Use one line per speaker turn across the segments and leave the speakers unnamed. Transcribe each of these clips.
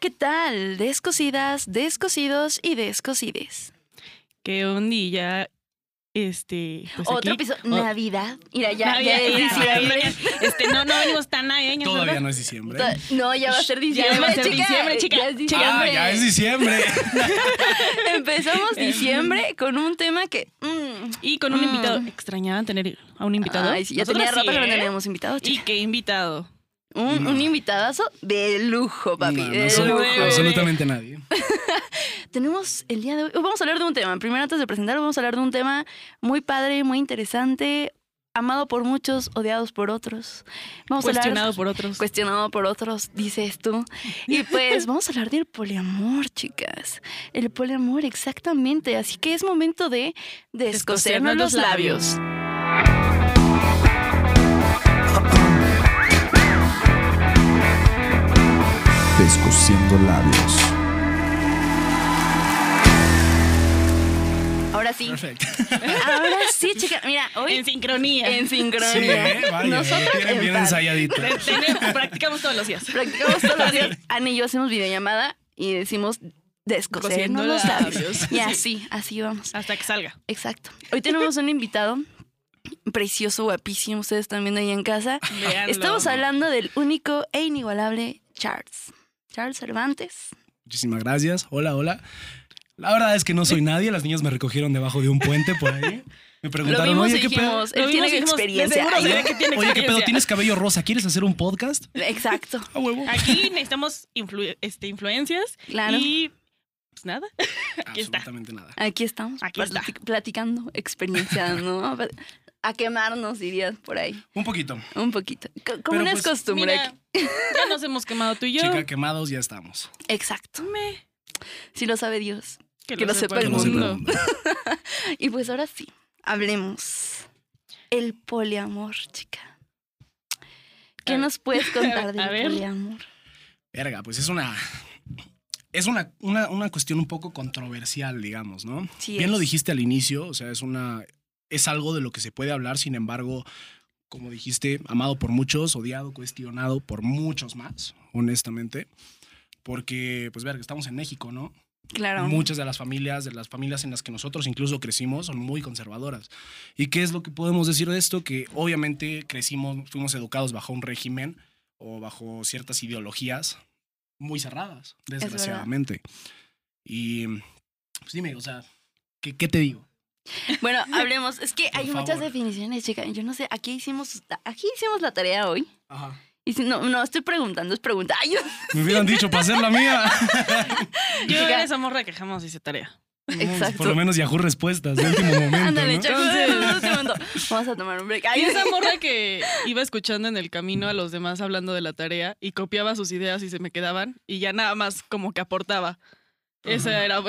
¿qué tal? Descosidas, descosidos y descosides.
Que un día, este. pues
Otro
aquí-
episodio.
o-
Navidad. Mira, ya,
Navidad,
ya es
ya,
diciembre.
Navidad. Este, no, no venimos tan navideños.
Todavía
¿verdad?
no es diciembre.
Ta- No, ya va a ser
Ya
diciembre.
va a ser diciembre, chica,
Ya es
chica.
Ah,
diciembre.
ya es diciembre.
Empezamos diciembre con un tema que. mm,
Y con un
Mm.
invitado. Extrañaban tener a un invitado.
Ay, sí, ya
Nosotras
tenía rato que no
¿eh?
teníamos invitados,
Y
chica.
qué invitado.
Un,
No.
un invitadazo de lujo, papi. eh,
No, no
de
soy-
lujo.
luego.
absolutamente nadie.
Tenemos el día de hoy. hoy Vamos a hablar de un tema. Primero, antes de presentar, vamos a hablar de un tema muy padre, muy interesante, amado por muchos, odiados por otros. Vamos a
Cuestionado
hablar. pues,
por otros.
Cuestionado por otros, dices tú. Y pues vamos a hablar del poliamor, chicas. El poliamor, exactamente. Así que es momento de descosernos los labios.
Descosiendo labios.
Ahora sí.
Perfecto.
Ahora sí, chicas. Mira, hoy
En sincronía.
en sincronía.
Sí, ¿eh? vaya,
nosotros
eh, tienen
en
bien
par.
ensayadito.
Tenemos- practicamos todos los días.
Practicamos todos los días. Ana y yo hacemos videollamada y decimos
Cosiendo
descosernos los
labios.
labios. Y así, así vamos.
Hasta que salga.
Exacto. Hoy tenemos un invitado precioso, guapísimo. Ustedes están viendo ahí en casa.
Véanlo.
Estamos hablando del único e inigualable Charles. Charles Cervantes.
Muchísimas gracias. Hola, hola. La verdad es que no soy nadie. Las niñas me recogieron debajo de un puente por ahí. Me
Lo
preguntaron,
vimos
oye,
y
¿qué pedo?
dijimos, él
Lo
tiene
vimos y dijimos, de
experiencia.
seguro
Ay,
se ve que tiene
Oye, ¿qué pedo?
experiencia.
¿Tienes cabello rosa? ¿Quieres hacer un podcast?
Exacto,
A huevo.
Aquí necesitamos influ- este, influencias
claro.
y pues nada. aquí está.
Absolutamente nada.
Aquí estamos,
Aquí está.
platic- platicando experiencias, ¿no? Pues, A quemarnos, dirías por ahí,
Un poquito.
un poquito. Co- Como
Pero
una
pues,
costumbre.
Mira,
aquí.
ya nos hemos quemado tú y yo.
Chica, quemados ya estamos.
Exacto.
Me-
Si lo sabe Dios.
que,
lo sepa el
Que no se
mundo.
preocupen.
Y pues ahora sí, hablemos. El poliamor, chica. ¿Qué
A ver.
nos puedes contar
A
del
ver.
poliamor?
Verga, pues es una. Es una, una, una cuestión un poco controversial, digamos, ¿no?
Sí
Bien
es.
lo dijiste al inicio, o sea, es una. Es algo de lo que se puede hablar, sin embargo, como dijiste, amado por muchos, odiado, cuestionado por muchos más, honestamente. Porque, pues, verga, estamos en México, ¿no?
Claro.
Muchas de las familias, de las familias en las que nosotros incluso crecimos, son muy conservadoras. ¿Y qué es lo que podemos decir de esto? Que obviamente crecimos, fuimos educados bajo un régimen o bajo ciertas ideologías muy cerradas,
verdad.
desgraciadamente. Y pues dime, o sea, ¿qué, qué te digo?
Bueno, hablemos. Es que
Por
hay muchas
favor.
definiciones, chica. Yo no sé, aquí hicimos, aquí hicimos la tarea hoy.
Ajá.
Y si- no, no estoy preguntando, es pregunta. Ay, yo-
Me hubieran dicho para hacer la mía.
Yo
Chica.
era esa morra que jamás hice tarea.
Exacto.
Por lo menos Yahoo Respuestas de último momento.
Ándale,
¿no?
chaco,
Entonces-
no, no te mando. Vamos a tomar un break. Ay,
Y esa morra que iba escuchando en el camino a los demás hablando de la tarea y copiaba sus ideas y se me quedaban y ya nada más como que aportaba. Esa era.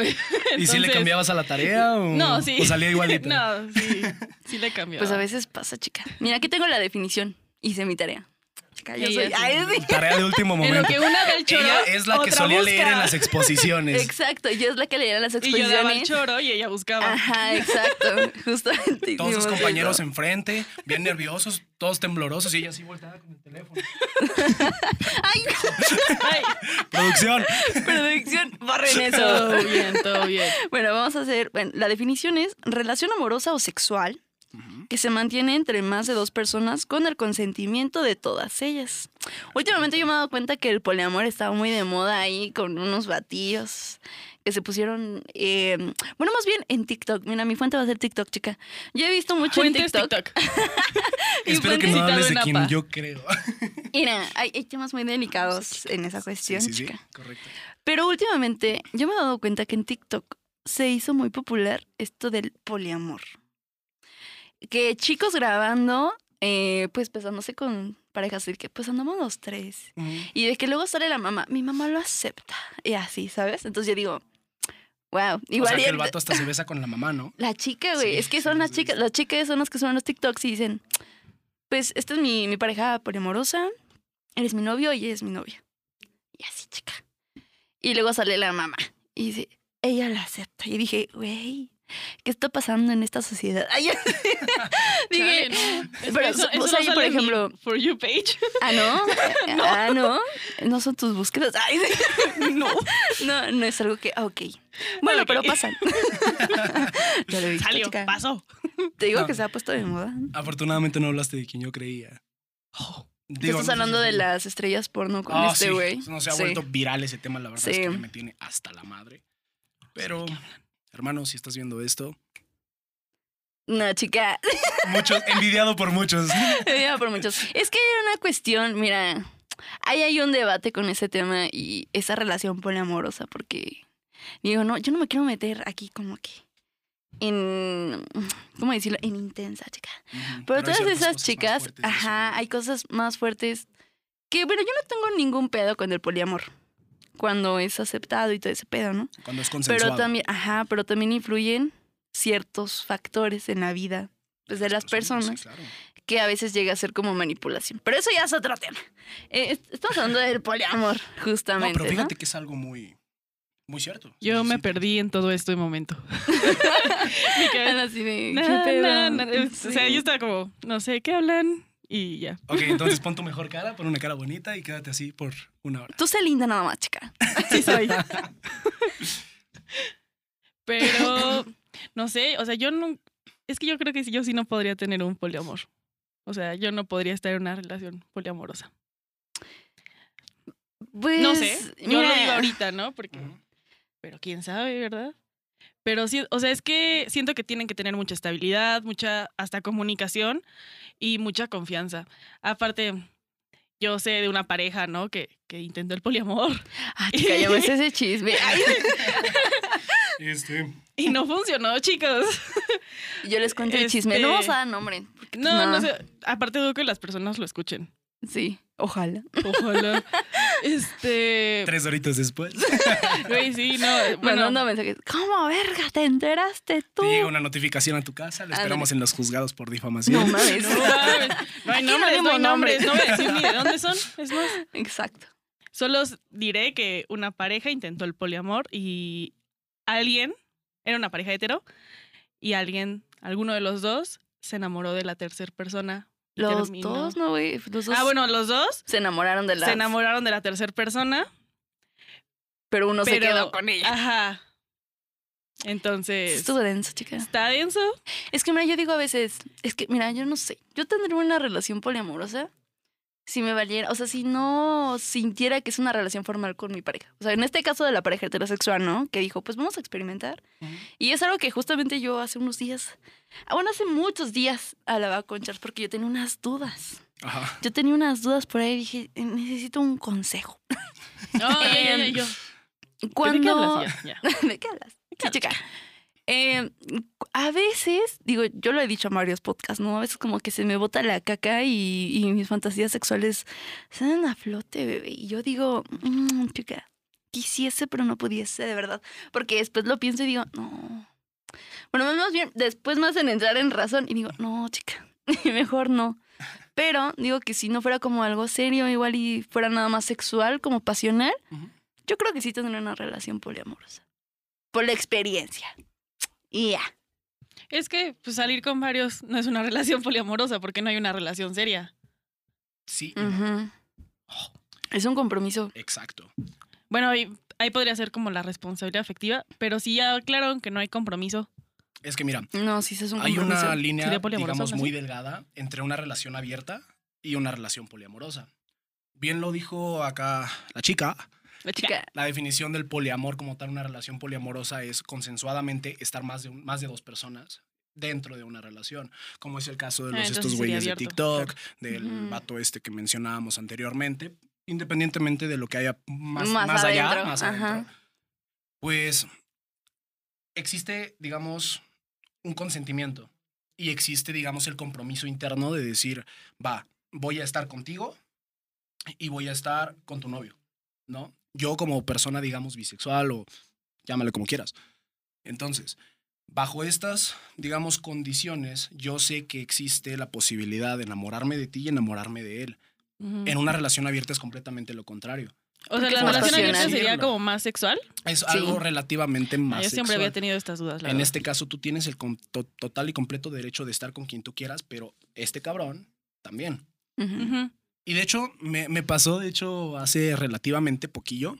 ¿Y si le
Entonces-
cambiabas a la tarea o,
No, sí.
o salía igualita?
No, sí. Sí le cambiaba.
Pues a veces pasa, chica. Mira, aquí tengo la definición. Hice mi tarea. Chica, yo
Sí,
soy.
ya
Ay, sí.
Tarea de último
En lo
momento.
que una ve el choro.
Ella es la que
otra
solía
busca.
leer en las exposiciones.
Exacto, yo es la que leía las
Y yo daba el
exposiciones.
choro y ella buscaba.
Ajá, exacto. Justamente.
Todos sus
hicimos
compañeros
eso.
enfrente, bien nerviosos, todos temblorosos y ella así volteada con el teléfono.
Ay,
Ay,
Producción.
producción, barren Ah. eso.
todo bien, todo bien.
Bueno, vamos a hacer. Bueno, la definición es relación amorosa o sexual que se mantiene entre más de dos personas con el consentimiento de todas ellas. Últimamente yo me he dado cuenta que el poliamor estaba muy de moda ahí con unos batillos que se pusieron. eh, bueno, más bien en TikTok. Mira, mi fuente va a ser TikTok, chica. Yo he visto mucho en
Fuentes
TikTok.
TikTok. Y
Espero que no
publicitado
hables de
en
quien
APA.
yo creo.
Mira, hay, hay temas muy delicados en esa
Sí,
cuestión,
sí, sí,
chica.
correcto.
Pero últimamente yo me he dado cuenta que en TikTok se hizo muy popular esto del poliamor. Que chicos grabando, eh, pues pesándose con parejas, de que pues andamos los tres. Y de que luego sale la mamá, mi mamá lo acepta. Y así, ¿sabes? Entonces yo digo, wow,
Igual
igual
o sea,
y
que el vato hasta se besa con la mamá, ¿no?
la chica, güey,
Sí,
es que
sí,
son
los
las
he
chicas,
visto.
las chicas son las que suben los TikToks y dicen, pues esta es mi, mi pareja poliamorosa, eres mi novio y ella es mi novia. Y así, chica. Y luego sale la mamá y dice, ella la acepta. Y dije, güey, ¿qué está pasando en esta sociedad? Ay,
Chale,
dije,
no. Es que
pero,
eso,
o
eso
sea,
no
yo, por
sale en mi
ejemplo-
For You page.
ah, ¿no? Ah, ¿no? No son tus búsquedas. Ay, sí. no. no, es algo que, ah, ok. Bueno,
Ok.
pero pasan. Ya lo he visto,
Salió,
chica.
pasó.
Te digo
No.
que se ha puesto de moda.
Afortunadamente no hablaste de quien yo creía.
Te
Digo,
Oh, estás
no sé
hablando
si-
de las estrellas porno con
Ah,
este
sí.
güey.
No se ha
Sí.
vuelto viral ese tema, la verdad es
Sí.
que me tiene hasta la madre. Pero, hermano, si estás viendo esto,
No, chica.
muchos, envidiado por muchos.
Ya, por muchos. Es que hay una cuestión, mira, ahí hay un debate con ese tema y esa relación poliamorosa, porque digo, no, yo no me quiero meter aquí como que en, ¿cómo decirlo? En intensa, chica. Pero, todas esas chicas, ajá, hay cosas más fuertes que, bueno, yo no tengo ningún pedo con el poliamor, cuando es aceptado y todo ese pedo, ¿no?
Cuando es
Pero
consensuado.
también, ajá, pero también influyen ciertos factores en la vida pues, de las personas
sí, claro.
que a veces llega a ser como manipulación. Pero eso ya es otro tema. Eh, est- estamos hablando del poliamor,
No,
justamente.
pero
No,
fíjate que es algo muy, muy cierto.
Yo
Sí,
me
sí.
perdí en todo este momento. Mi cabeza-
Ana así de,
Na,
¿qué pedo?
na, na. O sea,
Sí.
yo estaba como, no sé, ¿qué hablan? Y ya.
Ok, entonces pon tu mejor cara, pon una cara bonita y quédate así por una hora.
Tú sé linda nada más, chica.
Sí soy. Pero, no sé, o sea, yo no... Es que yo creo que yo sí no podría tener un poliamor. O sea, yo no podría estar en una relación poliamorosa.
Pues,
no sé, yo lo
mira,
digo ahorita, ¿no? Porque, pero quién sabe, ¿verdad? Pero sí, o sea, es que siento que tienen que tener mucha estabilidad, mucha hasta comunicación y mucha confianza. Aparte, yo sé de una pareja, ¿no? Que, que intentó el poliamor
Ah, chica, ya ves ese chisme. Ay,
Este,
y no funcionó, chicos.
yo les cuento el chisme.
Este-
No vamos a dar nombre. porque,
No,
pues,
no sé. Aparte, dudo que las personas lo escuchen.
Sí, ojalá.
Ojalá. Este.
tres horitas después,
Güey, sí, no. Bueno,
Mandando mensajes. ¿Cómo, verga? ¿Te enteraste tú?
te llega una notificación a tu casa, la esperamos en los juzgados por
No
difamación.
mames.
No, mames. no hay
Aquí no
nombres, no hay
dimos nombres.
nombres. No voy a decir ni de dónde son. Es más,
Exacto.
Solo os diré que una pareja intentó el poliamor y alguien, era una pareja hetero, y alguien, alguno de los dos, se enamoró de la tercera persona. y
Los
terminó.
dos, no, güey. Los dos
Ah, bueno, los dos
se enamoraron de la.
se enamoraron de la tercera persona,
Pero uno se
pero-
quedó con ella.
Ajá. Entonces,
Estuvo denso, chica.
está denso.
Es que, mira, yo digo a veces, es que, mira, yo no sé, yo tendría una relación poliamorosa si me valiera, o sea, si no sintiera que es una relación formal con mi pareja. O sea, en este caso de la pareja heterosexual, ¿no? Que dijo, pues vamos a experimentar.
Ujú.
Y es algo que justamente yo hace unos días, ah, bueno, hace muchos días hablaba con Charles porque yo tenía unas dudas.
Ajá.
Yo tenía unas dudas por ahí y dije, eh, necesito un consejo.
No, ya, ya, ya, yo. ¿De qué
Cuando...
hablas? Ya, ya.
¿De qué hablas? Sí, chica. Eh, a veces, digo, yo lo he dicho en varios podcasts, ¿no? A veces como que se me bota la caca y, y mis fantasías sexuales salen a flote, bebé. Y yo digo, "Mm, chica, quisiese, pero no pudiese, de verdad. Porque después lo pienso y digo, no. Bueno, más- más bien, después más en entrar en razón y digo, no, chica, mejor no. Pero digo que si no fuera como algo serio, igual y fuera nada más sexual, como pasional,
Ujú.
yo creo que sí tendría una relación poliamorosa. Por la experiencia. Y ya.
Es que pues, salir con varios no es una relación poliamorosa porque no hay una relación seria.
Sí,
Ujú. Es un compromiso.
exacto.
Bueno, ahí, ahí podría ser como la responsabilidad afectiva, pero sí ya aclararon que no hay compromiso.
Es que mira,
No, sí, sí es un
hay
compromiso.
una línea,
¿Sería poliamorosa
digamos,
aún
muy delgada entre una relación abierta y una relación poliamorosa. Bien lo dijo acá la chica.
La chica.
Chica,
La definición del poliamor como tal, una relación poliamorosa es consensuadamente estar más de, un- más de dos personas dentro de una relación, como es el caso de
Ah,
los
entonces
estos
sería
güeyes de
abierto,
TikTok, del
Ujú.
vato este que mencionábamos anteriormente, independientemente de lo que haya más,
Más
más allá,
adentro,
más
ajá.
adentro, pues existe, digamos, un consentimiento y existe, digamos, el compromiso interno de decir, va, voy a estar contigo y voy a estar con tu novio, ¿no? Yo como persona, digamos, bisexual o llámale como quieras. Entonces, bajo estas, digamos, condiciones, yo sé que existe la posibilidad de enamorarme de ti y enamorarme de él.
Ujú.
En una relación abierta es completamente lo contrario.
O sea,
Porque
la
es más
relación abierta
pasional.
sería como más sexual.
Es
Sí.
algo relativamente
Ah,
más.
yo siempre había
sexual.
tenido estas dudas. la
En
verdad.
este caso, tú tienes el com- to- total y completo derecho de estar con quien tú quieras, pero este cabrón también. este
Ujú.
Ujú.
Y de hecho, me, me pasó, de hecho, hace relativamente poquillo,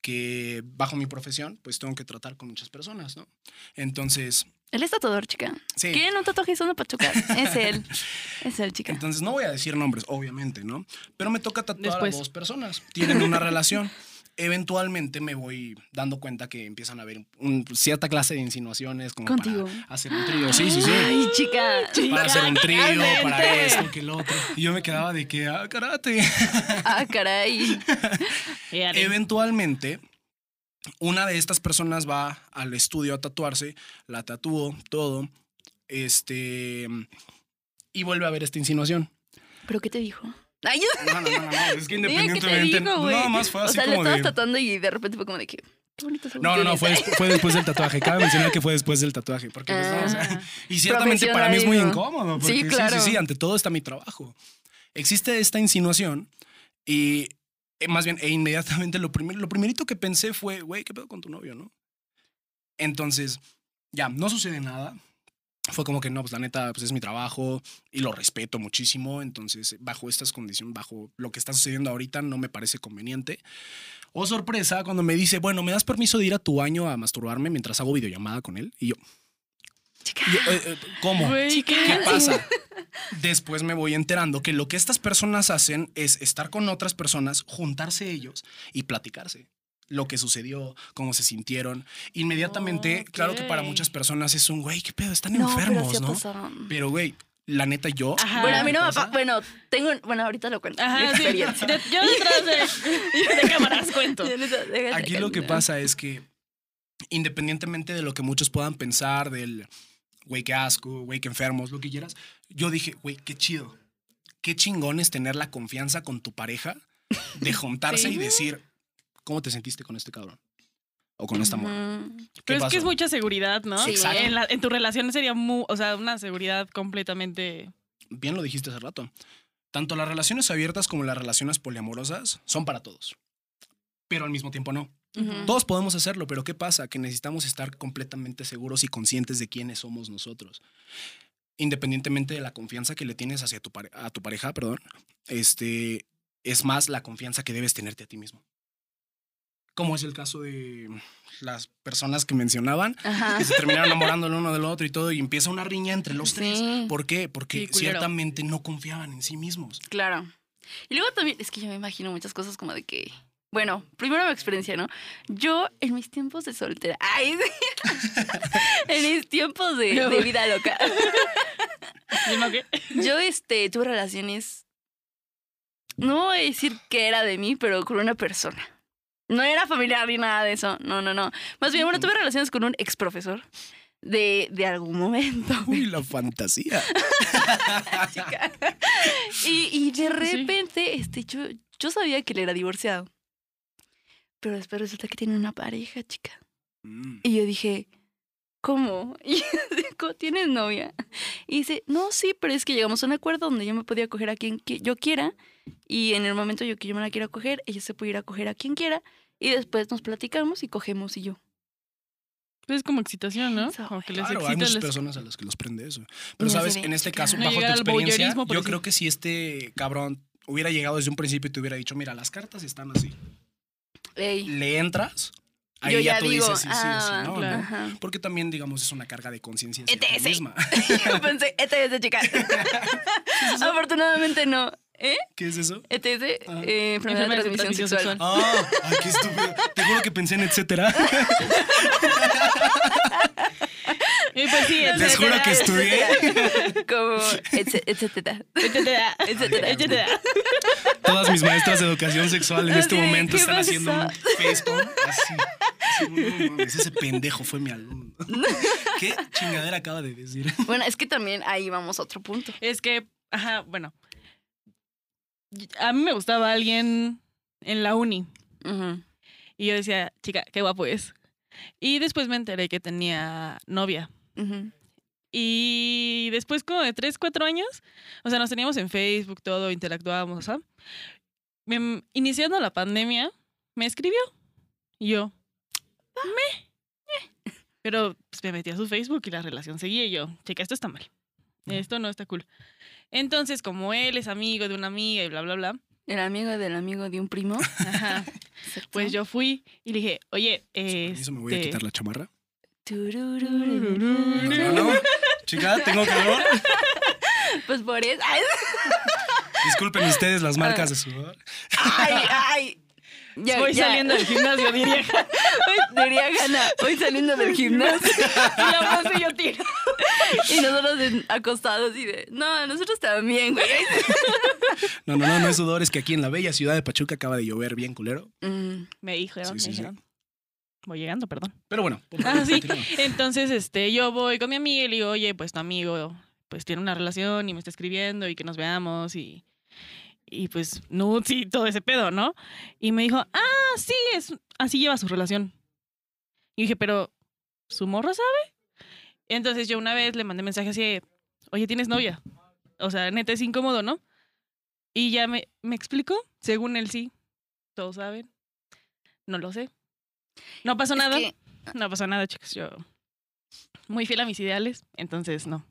que bajo mi profesión, pues tengo que tratar con muchas personas, ¿no? Entonces,
Él es tatuador, chica.
sí.
¿Quieren un tatuaje y son de Pachuca? Es él. Es él, chica.
Entonces, no voy a decir nombres, obviamente, ¿no? Pero me toca tatuar
Después.
a dos personas. Tienen una relación. Eventualmente me voy dando cuenta que empiezan a haber un- cierta clase de insinuaciones como
Contigo.
para hacer un trío. Sí, sí, sí.
Ay, chica.
para hacer un trío, para
Totalmente.
esto, que el otro. Y yo me quedaba de que, ah, karate.
Ah, caray.
Eh, Ari.
Eventualmente, una de estas personas va al estudio a tatuarse, la tatúo, todo, este, y vuelve a ver esta insinuación.
¿Pero qué te dijo? Ay, yo-
No, no, no, no, no, es que
Mira,
independientemente,
¿qué te dijo, güey?
nada más fue
O
así
sea, le
como
estabas
de...
tatuando y de repente fue como de que. Qué bonito
No, no, no, fue, despu- fue después del tatuaje. Cabe mencionar que fue después del tatuaje. Porque pues, no, o sea,
Ah.
y ciertamente para mí es muy
Profesionalismo. Sí,
incómodo. Porque, sí, sí,
claro.
sí, ante todo está mi trabajo. Existe esta insinuación y eh, más bien, e inmediatamente lo, primero lo primerito que pensé fue, güey, ¿qué pedo con tu novio, no? Entonces, ya, no sucede nada. Fue como que no, pues la neta, pues es mi trabajo y lo respeto muchísimo. Entonces, bajo estas condiciones, bajo lo que está sucediendo ahorita, no me parece conveniente. O sorpresa, cuando me dice, bueno, ¿me das permiso de ir a tu baño a masturbarme mientras hago videollamada con él? Y yo,
Chica.
y yo, eh, eh, ¿cómo?
Güey, ¿qué?
¿Qué pasa? Después me voy enterando que lo que estas personas hacen es estar con otras personas, juntarse ellos y platicarse lo que sucedió, cómo se sintieron. Inmediatamente, claro que para
Ok.
muchas personas es un, güey, qué pedo, están
No, pero sí
enfermos,
ha
¿no?
pasado.
Pero, güey, la neta yo...
Ajá.
Bueno, a mí no me
cosa-
pa- Bueno, tengo. un- Bueno, ahorita lo cuento. mi
Ajá, sí.
experiencia.
De- yo detrás de, de cámaras cuento.
Yo neta, déjate
Aquí lo que
caminar.
pasa es que, independientemente de lo que muchos puedan pensar, del güey, qué asco, güey, qué enfermos, lo que quieras, yo dije, güey, qué chido. Qué chingón es tener la confianza con tu pareja de juntarse
Sí.
y decir, ¿cómo te sentiste con este cabrón? O con esta morra.
Ujú.
¿Qué
Pero es
pasó?
que es mucha seguridad, ¿no?
Sí. Exacto.
En, la- en tu relación sería mu- o sea, una seguridad completamente.
Bien lo dijiste hace rato. Tanto las relaciones abiertas como las relaciones poliamorosas son para todos. Pero al mismo tiempo no.
Ujú.
Todos podemos hacerlo, pero ¿qué pasa? Que necesitamos estar completamente seguros y conscientes de quiénes somos nosotros. Independientemente de la confianza que le tienes hacia tu, pare- a tu pareja, perdón, este, es más la confianza que debes tenerte a ti mismo. Como es el caso de las personas que mencionaban,
Ajá.
que se terminaron enamorando el uno del otro y todo, y empieza una riña entre los tres.
Sí.
¿Por qué? Porque
Sí, culero.
ciertamente no confiaban en sí mismos.
Claro. Y luego también, es que yo me imagino muchas cosas como de que, bueno, primero mi experiencia, ¿no? Yo en mis tiempos de soltera, ay, sí. en mis tiempos de, de vida loca,
¿Y no qué?
yo este, tuve relaciones, no voy a decir que era de mí, pero con una persona. No era familiar ni nada de eso, no, no, no. Más bien, bueno, tuve relaciones con un ex profesor de, de algún momento.
Uy, la fantasía.
chica. Y, y de
Sí.
repente, este, yo, yo sabía que él era divorciado. Pero después resulta que tiene una pareja, chica.
Mm.
Y yo dije, ¿cómo? Y digo, ¿tienes novia? Y dice, no, sí, pero es que llegamos a un acuerdo donde yo me podía coger a quien qui- yo quiera. Y en el momento yo que yo me la quiera coger, ella se pudiera coger a quien quiera. Y después nos platicamos y cogemos y yo.
Pues es como excitación, ¿no?
Eso,
Como que les
Claro,
excita.
hay muchas
les-
personas a las que los prende eso. Pero,
Ya
¿sabes?
sé,
En este
claro.
caso,
No
bajo tu
llegar al
experiencia,
voyeurismo, por
yo
decir.
creo que si este cabrón hubiera llegado desde un principio y te hubiera dicho, mira, las cartas están así,
Ey,
le entras, ahí
yo
ya,
ya
tú
digo,
dices sí, sí, o sí,
ah, E
no, ¿no?
claro.
ajá.
Porque también, digamos, es una carga de conciencia hacia ti
ETS.
misma.
Yo pensé, ETS, chica. Afortunadamente no. ¿Eh?
¿Qué es eso?
ETS,
Ah.
eh, enfermedad de transmisión sexual.
Ah, ay, qué estúpido. Te juro que pensé en etcétera.
Y pues sí,
Ah, Les juro que estudié.
Como, etc- etcétera.
etcétera,
etcétera,
etcétera.
Todas mis maestras de educación sexual en este
Así de,
momento
¿qué
están
pasó?
haciendo un Facebook así. Así, no mames, ese pendejo fue mi alumno. ¿Qué chingadera acaba de decir?
Bueno, es que también ahí vamos a otro punto.
Es que, ajá, bueno. A mí me gustaba alguien en la uni.
Ujú.
Y yo decía, chica, qué guapo es. Y después me enteré que tenía novia.
Ujú.
Y después como de 3, 4 años, o sea, nos teníamos en Facebook, todo, interactuábamos, ¿ah? Em, Iniciando la pandemia, me escribió. Y yo, me. eh. Pero pues, me metí a su Facebook y la relación seguía. Y yo, checa, esto está mal. Esto no está cool. Entonces, como él es amigo de una amiga y bla, bla, bla,
El amigo del amigo de un primo.
ajá, pues yo fui y le dije, oye,
Eso me voy a
este,
quitar la chamarra.
Turururururu.
No, no, no. Chica, tengo calor.
Pues por eso. Ay,
Disculpen ustedes las marcas de sudor.
ay, ay. Ya,
voy
ya.
saliendo del gimnasio, diría.
Hoy, diría Gana, hoy saliendo del gimnasio.
Y la frase yo tiro.
Y nosotros en- acostados y de. No, nosotros también, güey.
No, no, no, no es sudor, es que aquí en la bella ciudad de Pachuca acaba de llover bien culero.
Mm,
Me dijeron,
Sí,
me
sí, sí.
dijeron. Voy llegando, perdón.
Pero bueno, por favor,
Ah, sí.
continúa.
Entonces, este, yo voy con mi amiga y le digo, oye, pues tu amigo, pues tiene una relación y me está escribiendo y que nos veamos y, y pues nudes y todo ese pedo, ¿no? Y me dijo, ah, sí, es, así lleva su relación. Y dije, pero, ¿su morro sabe? Entonces yo una vez le mandé mensaje así, de, oye, ¿tienes novia? O sea, neta, es incómodo, ¿no? Y ya me, me explicó, según él sí, todos saben, no lo sé. No pasó
es
nada.
que-
No pasó nada, chicos. Yo muy fiel a mis ideales, entonces no.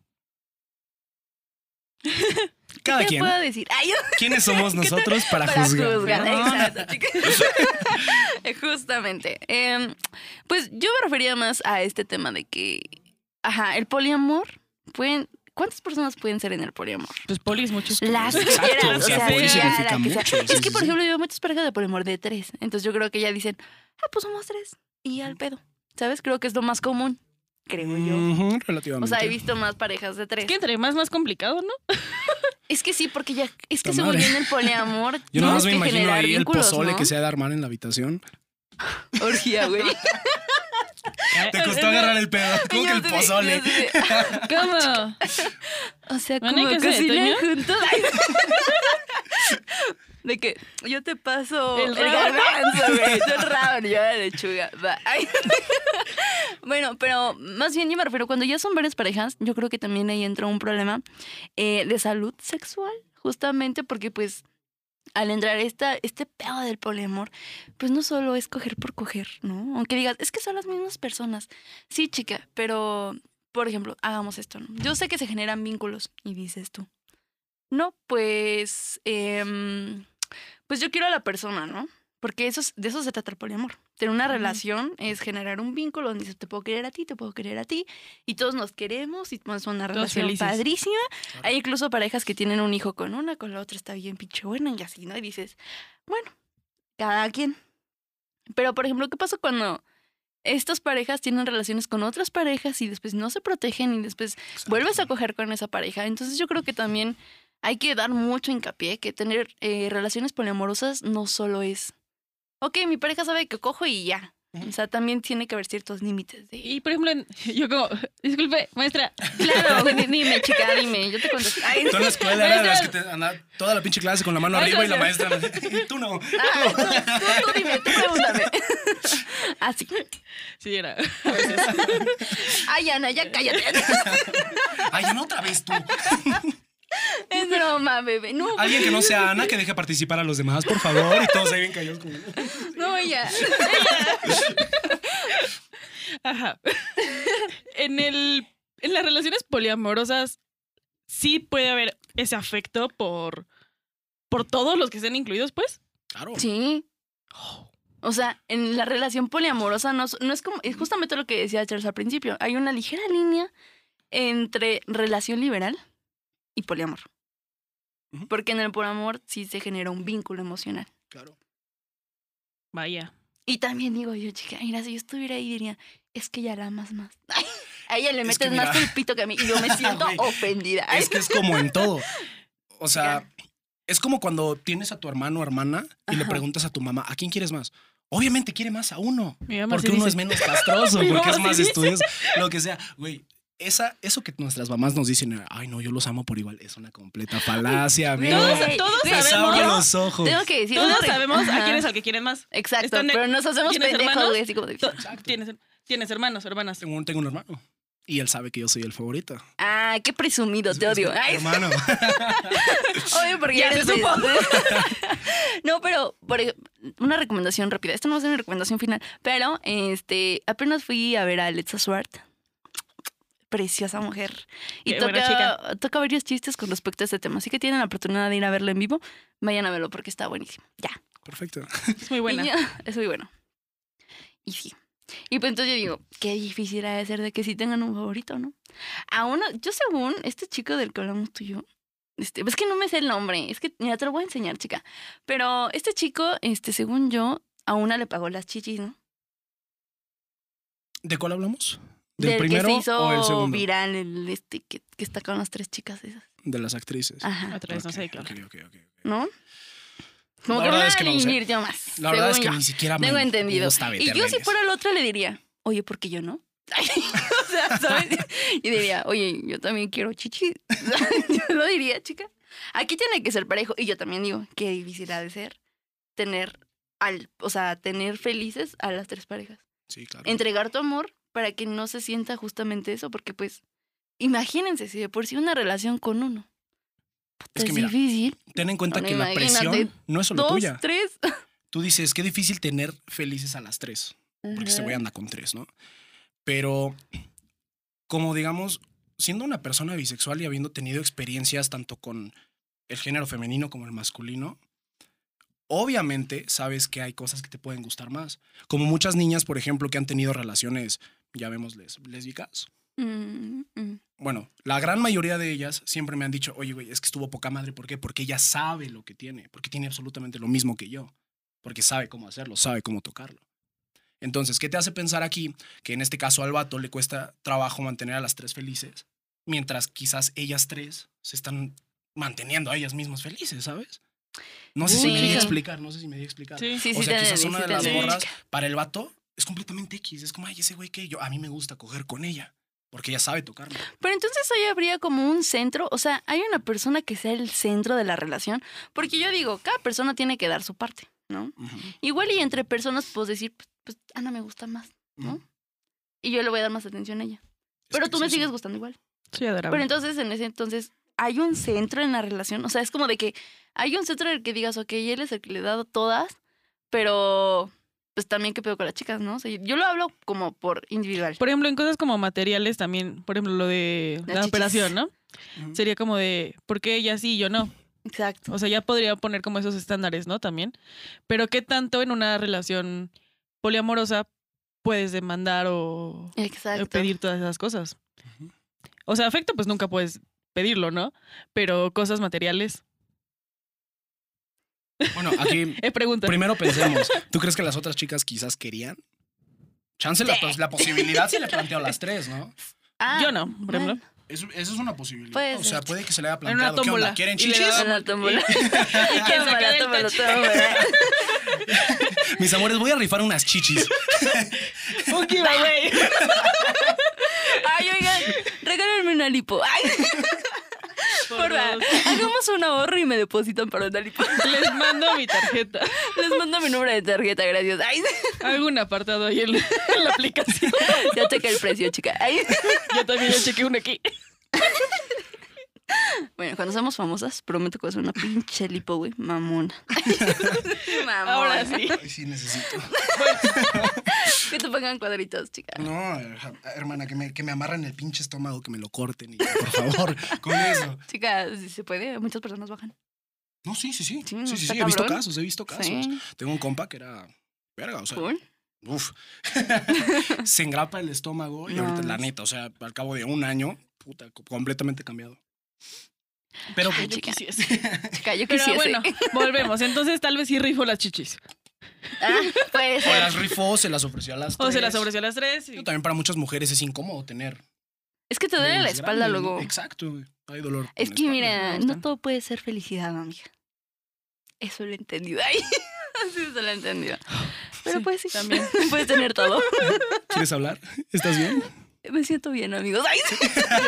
Cada
¿Qué
quien.
puedo decir? Ay, yo-
¿Quiénes somos nosotros para,
para
juzgar?
juzgar.
¿no?
Exacto, chicas. Justamente. Em, pues yo me refería más a este tema de que, ajá, el poliamor, pueden, ¿cuántas personas pueden ser en el poliamor?
Pues polis muchos.
Las que
Exacto,
quieras,
o sea,
o sea,
poli
ya,
significa
la que sea.
mucho, sí,
Es que,
sí,
por
sí.
ejemplo, yo veo muchas parejas de poliamor de tres. Entonces yo creo que ya dicen, ah, pues somos tres. Y al pedo. ¿Sabes? Creo que es lo más común. Creo yo.
Ujú,
O
relativamente.
sea, he visto más parejas de tres.
Es que entre más más complicado, ¿no?
Es que sí, porque ya, es que
Puta
según
madre.
yo en el poliamor,
Yo
tienes
nada más me
que
imagino
generar
ahí el
vínculos,
pozole
¿no?
que se ha de armar en la habitación.
Orgía, güey.
Te costó agarrar el pedo.
Y
Como
yo
que el
así de-
pozole.
yo así de,
¿Cómo?
O sea,
Bueno, ¿y
como
qué se
cocinan
detoñó?
juntos. De que yo te paso
El
el,
rábano.
garbanzo, güey. Yo el rábano, yo la lechuga. Va. Ay. Bueno, pero más bien yo me refiero, cuando ya son varias parejas, yo creo que también ahí entra un problema eh, de salud sexual, justamente porque pues al entrar esta, este pedo del poliamor, pues no solo es coger por coger, ¿no? Aunque digas, es que son las mismas personas. Sí, chica, pero, por ejemplo, hagamos esto, ¿no? Yo sé que se generan vínculos y dices tú, no, pues, em, pues yo quiero a la persona, ¿no? Porque eso es- de eso se trata el poliamor. Tener una
Ujú.
relación es generar un vínculo donde dices, te puedo querer a ti, te puedo querer a ti, y todos nos queremos y es una relación
felices.
padrísima. Hay incluso parejas que tienen un hijo con una, con la otra está bien pinche buena y así, ¿no? Y dices, bueno, cada quien. Pero, por ejemplo, ¿qué pasa cuando estas parejas tienen relaciones con otras parejas y después no se protegen y después vuelves a coger con esa pareja? Entonces yo creo que también hay que dar mucho hincapié que tener eh, relaciones poliamorosas no solo es, ok, mi pareja sabe que cojo y ya. O sea, también tiene que haber ciertos límites de...
Y por ejemplo, en- yo como, disculpe, maestra,
Claro, dime, chica, dime, yo te contesto. Ay,
Tú en la escuela era de las que te andaba toda la pinche clase con la mano arriba y la maestra. Y tú no.
Ah, tú, tú, tú dime, tú pregúntame. Así.
sí era.
Ay, Ana, ya cállate.
Ay, no otra vez tú.
Es broma, bebé. No,
Alguien que no sea Ana que deje participar a los demás, por favor. Y todos ahí bien callados. como-
no, ya.
Ajá. En el en las relaciones poliamorosas sí puede haber ese afecto por por todos los que estén incluidos, pues. Oh,
Claro.
Sí. O sea, en la relación poliamorosa no, es- no es como. Es justamente lo que decía Charles al principio. Hay una ligera línea entre relación liberal y poliamor.
Ujú.
Porque en el poliamor sí se genera un vínculo emocional.
Claro.
Vaya.
Y también digo yo, chica, mira, si yo estuviera ahí diría, es que ya la amas más. Ay, a ella le
Es
metes
que
más
mira.
pulpito que a mí y yo me siento
Güey.
ofendida. Ay,
Es que es como en todo. O sea, es como cuando tienes a tu hermano o hermana y le
Ajá.
preguntas a tu mamá, ¿a quién quieres más? Obviamente quiere más a uno.
Mi mamá
Porque
sí
uno
dice,
es menos castroso,
Mi mamá
porque es
sí
más
dice.
estudioso, lo que sea. Güey, esa, eso que nuestras mamás nos dicen, ay, no, yo los amo por igual, es una completa falacia, amigo.
Güey,
todos
güey,
Nos
sabemos-
abre los ojos.
Tengo que decir. una
Todos
re-
sabemos a
Ajá.
quién es al que quieren más.
Exacto,
están de-
pero nos hacemos
¿Tienes
pendejos,
hermanos?
güey, así como de-
To- Tienes, tienes hermanos, hermanas.
Tengo un, tengo un hermano. Y él sabe que yo soy el favorito.
Ah, qué presumido, te odio. Ay,
Hermano.
obvio, porque
Ya
ya
se
eres de- no, pero por ej- una recomendación rápida. Esto no va a ser una recomendación final, pero este apenas fui a ver a Alexa Swart. Preciosa mujer. Y
Qué buena
toca, toca varios chistes con respecto a este tema. Así que tienen la oportunidad de ir a verlo en vivo. Vayan a verlo porque está buenísimo. Ya.
Perfecto.
Es pues, muy
Y
buena.
ya, es muy bueno. Y sí. Y pues entonces yo digo, qué difícil ha de ser de que sí tengan un favorito, ¿no? A uno, yo según este chico del que hablamos tú y yo, este, es que no me sé el nombre, es que ya te lo voy a enseñar, chica. Pero este chico, este, según yo, a una le pagó las chichis, ¿no?
¿De cuál hablamos? ¿Del
Del
primero
que se hizo
o el segundo?
viral, el este que, que está con las tres chicas esas.
De las actrices.
Ajá.
Otra vez, no
Ok,
sé de qué habla.
ok, ok, ok, ok.
¿No? Como
La
que
verdad
una
es que no lo sé.
dividir yo más.
La verdad es
Mm, según
que
yo.
ni siquiera me
Tengo entendido.
gusta
Y yo
meterme
si
en
fuera la otra le diría, oye, ¿por qué yo no? o sea, ¿sabes? Y diría, oye, yo también quiero chichi. yo lo diría, chica. Aquí tiene que ser parejo. Y yo también digo, qué difícil ha de ser tener, al, o sea, tener felices a las tres parejas.
eso. Sí, claro.
Entregar tu amor para que no se sienta justamente eso, porque pues, imagínense, si de por sí una relación con uno. Puta,
Es
es
que mira,
difícil.
Ten en cuenta
Bueno,
que la
imagínate,
presión no es solo
Dos,
tuya.
tres.
Tú dices, qué difícil tener felices a las tres. porque este güey anda con tres, ¿no? Pero, como digamos, siendo una persona bisexual y habiendo tenido experiencias tanto con el género femenino como el masculino, obviamente sabes que hay cosas que te pueden gustar más. Como muchas niñas, por ejemplo, que han tenido relaciones, ya vemos, les, lésbicas.
Mm, mm.
Bueno, la gran mayoría de ellas siempre me han dicho, oye, güey, es que estuvo poca madre. ¿Por qué? Porque ella sabe lo que tiene, porque tiene absolutamente lo mismo que yo, porque sabe cómo hacerlo, sabe cómo tocarlo. Entonces, ¿qué te hace pensar aquí que en este caso al vato le cuesta trabajo mantener a las tres felices, mientras quizás ellas tres se están manteniendo a ellas mismas felices, ¿sabes? No sé si me
Sí.
di a explicar, no sé si me di a explicar.
Sí,
Sí,
O
sí,
sea,
te
quizás
entendí,
una
sí
de
te
las
entendí,
morras
chica.
para el vato es completamente X. Es como, ay, ese güey que yo, a mí me gusta coger con ella, porque ella sabe tocarme.
Pero entonces ahí habría como un centro, o sea, hay una persona que sea el centro de la relación, porque yo digo, cada persona tiene que dar su parte, ¿no?
Ujú.
Igual y entre personas puedes decir, pues, pues, Ana me gusta más, ¿no?
Ujú.
Y yo le voy a dar más atención a ella.
Es
Pero
que
tú
es
me
eso.
sigues gustando igual.
Soy adorable.
Pero entonces, en ese entonces, hay un centro en la relación, o sea, es como de que hay un centro en el que digas, ok, él es el que le he dado todas, pero pues también qué pedo con las chicas, ¿no? O sea, yo lo hablo como por individual.
Por ejemplo, en cosas como materiales también, por ejemplo, lo de
Las
la
chichis.
operación, ¿no?
Ujú.
Sería como de, ¿por qué ella sí y yo no?
Exacto.
O sea, ya podría poner como esos estándares, ¿no? También. Pero ¿qué tanto en una relación poliamorosa puedes demandar o
Exacto.
pedir todas esas cosas? O sea, afecto pues nunca puedes pedirlo, ¿no? Pero cosas materiales.
Bueno, aquí
Eh, pregunta.
primero pensemos. ¿Tú crees que las otras chicas quizás querían? Chance la, pos- la posibilidad se le planteó a las tres, ¿no?
Ah,
yo no, por ejemplo.
bueno.
Eso, eso es una posibilidad.
Puede
o sea,
ser.
puede que se le haya
En una
planteado. ¿Qué onda?
tómbola.
¿Quieren
Y le
chichis?
daban-
Una tómbola.
Y que saca
Tómala,
del
tómala,
tacho.
tómala.
Mis amores, voy a rifar unas chichis.
Fuck you, güey.
Ay, oigan, regálenme una lipo. Ay,
Por
porfa,
dos.
hagamos un ahorro y me depositan para una lipo.
Les mando mi tarjeta.
Les mando mi número de tarjeta, gracias. Ay,
Hago un apartado ahí en la, en la aplicación.
ya chequé el precio, chica. Ay.
Yo también ya chequé uno aquí.
Bueno, cuando seamos famosas, prometo que va a ser una pinche lipo, güey. Mamona. Mamona.
Ahora sí.
Ay, sí, necesito.
Que te pongan cuadritos, chica.
No, hermana, que me, que me amarren el pinche estómago, que me lo corten. y- por favor, con eso.
Chica, si se puede, muchas personas bajan.
No, sí, sí, sí.
Sí, no,
Sí, sí,
está
sí. He visto
cabrón.
casos, he visto casos.
Sí.
Tengo un compa que era. Verga, o sea,
Cool.
Uf. se engrapa el estómago y
No,
ahorita,
no
la
sé.
neta, o sea, al cabo de un año, puta, co- completamente cambiado. Pero pues,
Ay,
Yo
chica.
quisiese.
Chica, yo
Pero
quisiese.
bueno, volvemos. Entonces tal vez sí rifo las chichis.
Ah, puede
se las
ser.
rifó, se las ofreció a las
O se las
tres.
ofreció a las tres. y-
Yo También para muchas mujeres es incómodo tener.
Es que te duele la
venas
espalda
grandes, ¿no?
luego.
Exacto, güey. hay dolor.
Es
en
que
la espalda.
mira,
me
no
gustan.
todo puede ser felicidad, amiga. Eso lo he entendido ahí. Sí, se lo he entendido. Pero
Sí,
pues sí,
también.
puedes tener todo.
¿Quieres hablar? ¿Estás bien?
Me siento bien, amigos. Ay,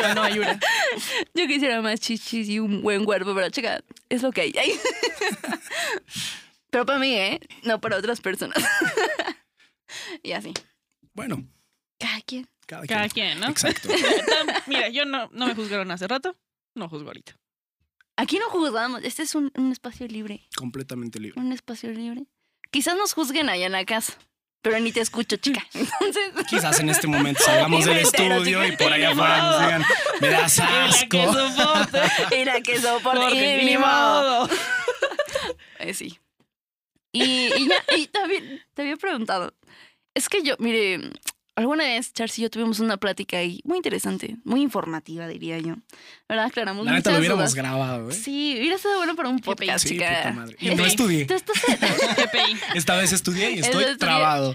Yo no, Ayura.
yo quisiera más chichis y un buen cuerpo, pero chica, es lo que hay. Ay. Pero para mí, ¿eh? No para otras personas. Y así.
Bueno,
Cada quien.
Cada,
Cada
quien.
quien, ¿no?
Exacto.
Tam- Mira, yo no, no me juzgaron hace rato, no juzgo ahorita.
Aquí no juzgamos. Este es un, un espacio libre.
Completamente libre.
Un espacio libre. Quizás nos juzguen allá en la casa, pero ni te escucho, chica. Entonces,
Quizás en este momento salgamos del
Me entero,
estudio
chica.
y por allá
Ni
afuera nos
modo.
digan, me das
Y la que
asco.
soporte,
y la que soporte.
porque
y
ni
ni modo.
modo.
Eh, sí. Y, y ya, y también te había preguntado. Es que yo, mire, alguna vez Charles y yo tuvimos una plática ahí muy interesante, muy informativa, diría yo. ¿Verdad? Aclaramos
La neta
muchas
lo hubiéramos
dudas.
grabado, ¿eh?
Sí, hubiera estado bueno para un podcast,
sí,
chica.
puta madre. Y no
Eh,
estudié.
tú estás-
GPI.
Esta vez estudié y estoy
estudié.
trabado.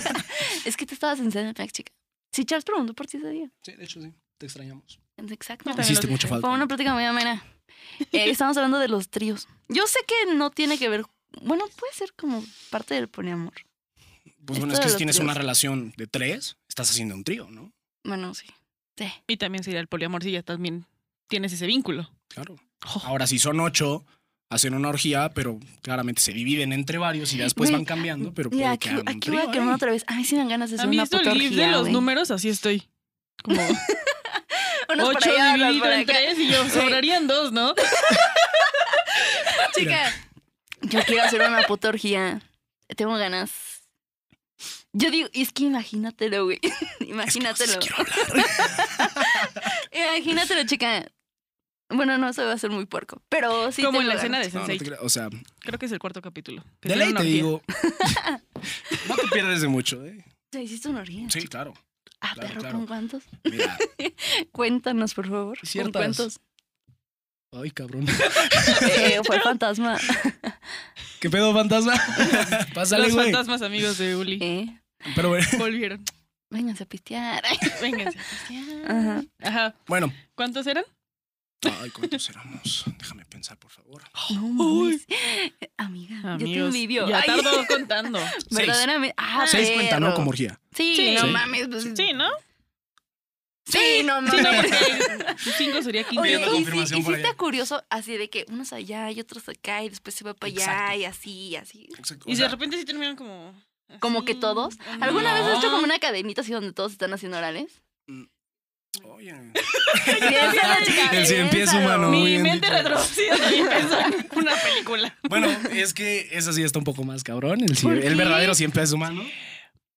es que te estabas en CDMX, chica. Sí, Charles preguntó por ti ese día.
Sí, de hecho sí, te extrañamos.
Exacto.
también
Hiciste
lo sé.
mucha
Fue una
falta.
plática muy amena. Eh, estábamos hablando de los tríos. Yo sé que no tiene que ver. Bueno, puede ser como parte del poliamor.
Pues bueno,
Esto de
es que si
los
tienes
tríos.
una relación de tres, estás haciendo un trío, ¿no?
Bueno, sí. Sí.
Y también sería el poliamor si ya también tienes ese vínculo.
Claro.
Jo.
Ahora, si son ocho, hacen una orgía, pero claramente se dividen entre varios y ya después
Güey,
van cambiando, pero
Mira,
puede
aquí,
que hagan un
aquí voy a
trío,
quemar
¿eh?
otra vez. A mí sí me dan ganas de
A
hacer
mí
una
esto
puta
el GIF de
orgía,
los
güey.
números, así estoy. Como
Unos por
ocho
allá, otros
dividido
por
en
acá.
tres y yo sobrarían dos, ¿no?
Chica, yo quiero hacer una puta orgía. Tengo ganas. Yo digo, es que imagínatelo, güey.
Es que no sé si
imagínatelo.
quiero hablar.
Imagínatelo, chica. Bueno, no, eso va a ser muy puerco. Pero sí.
Como
tengo
en la
ganas.
escena de
No, no te
Sensei.
creas, o sea,
Creo que es el cuarto capítulo. que
de
tiene
ley
una
te
orgía.
digo, no te pierdes de mucho, ¿eh?
¿Te hiciste una orgía?
Sí, claro.
Ah,
claro,
perro,
claro.
¿con cuántos?
Mira,
Cuéntanos, por favor. ¿Con
Ciertas.
cuántos?
ay, cabrón.
Eh, fue fantasma.
¿Qué pedo, fantasma? Pásale,
Los
güey.
fantasmas amigos de Uli
Eh,
Pero bueno,
volvieron.
vénganse a pistear.
Vénganse.
Ajá.
Ajá.
bueno.
¿Cuántos eran?
Ay, ¿cuántos éramos? Déjame pensar, por favor.
No
Uy.
mames. Amiga, yo te envidio.
Ya
Ay,
tardo contando.
Verdaderamente. Ah,
Seis cuenta, ¿no?
perro.
Como orgía.
Sí,
Sí.
no
Sí.
mames. pues, sí.
Sí, ¿no?
no
Sí, no,
mames.
porque cinco sería quince.
Oye,
Pidiendo
y sí-
confirmación
y sí
por
está
allá.
curioso así de que unos allá y otros acá y después se va para allá
Exacto.
y así y así.
Exacto.
Y
o
de
sea,
repente sí terminan como. así,
Como que todos.
o no.
¿Alguna vez has hecho
No.
como una cadenita así donde todos están haciendo orales?
Oye,
Piénsalo, chica,
El cien pies
piénsalo.
humano. Muy
Mi
bien
mente
dicho.
retrocedió también pensó en una película.
Bueno, es que esa sí está un poco más cabrón. El,
¿Por
el
qué?
verdadero siempre es humano.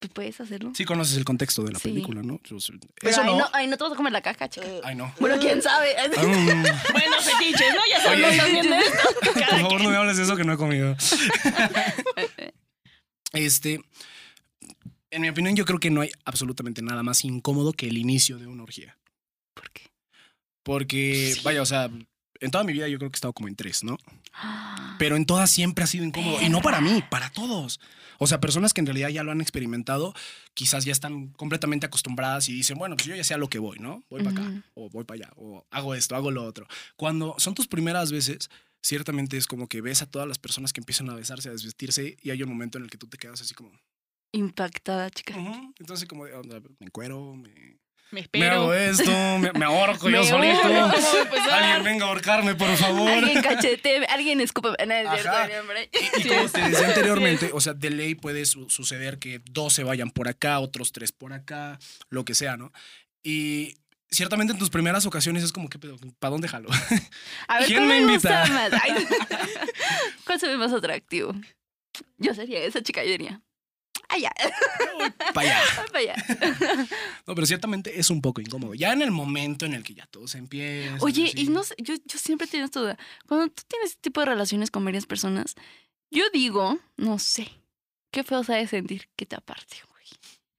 ¿Tú puedes hacerlo?
Sí conoces el contexto de la
Sí.
película, ¿no? Yo sé-
Pero
Eso
ahí,
no. Eh,
no, ahí no te vas a comer la caja, chica.
Ay, no.
Bueno, quién sabe.
Mm,
Bueno, fetiches, ¿no? Ya sabemos
Oye.
también de esto.
Por favor, no me hables de eso que no he comido. Este, en mi opinión, yo creo que no hay absolutamente nada más incómodo que el inicio de una orgía.
¿Por qué?
Porque,
Sí.
vaya, o sea, en toda mi vida yo creo que he estado como en tres, ¿no? Pero en todas siempre ha sido incómodo. Y no para mí, para todos. O sea, personas que en realidad ya lo han experimentado, quizás ya están completamente acostumbradas y dicen, bueno, pues yo ya sé a lo que voy, ¿no? Voy para
Ujú.
acá, o voy para allá, o hago esto, hago lo otro. Cuando son tus primeras veces, ciertamente es como que ves a todas las personas que empiezan a besarse, a desvestirse, y hay un momento en el que tú te quedas así como,
Impactada, chica.
"Ujú". entonces como, de, o sea, me encuero, me,
Me
me hago eh,
espero.
esto, me, me ahorco
Me
yo solito.
ahorco.
¿Cómo voy a empezar?
Alguien venga a ahorcarme, por favor.
ah. Alguien cachete, alguien escupe. No, es cierto,
Ajá.
mi hombre.
Y como te decía anteriormente, o sea, de ley puede su- suceder que dos se vayan por acá, otros tres por acá, lo que sea, ¿no? Y ciertamente en tus primeras ocasiones es como que, ¿para dónde jalo?
A ver,
¿Quién
¿cuál
me
me
invita?
gusta más? Ay, ¿Cuál se ve más atractivo? Yo sería esa chica, yo diría. "Ah, Allá,
Para allá.
para allá.
No, pero ciertamente es un poco incómodo. Ya en el momento en el que ya todo se empieza.
Oye, y
así.
no sé, yo, yo siempre tengo esta duda. Cuando tú tienes este tipo de relaciones con varias personas, yo digo, no sé, qué feo se ha de sentir que te aparte, güey.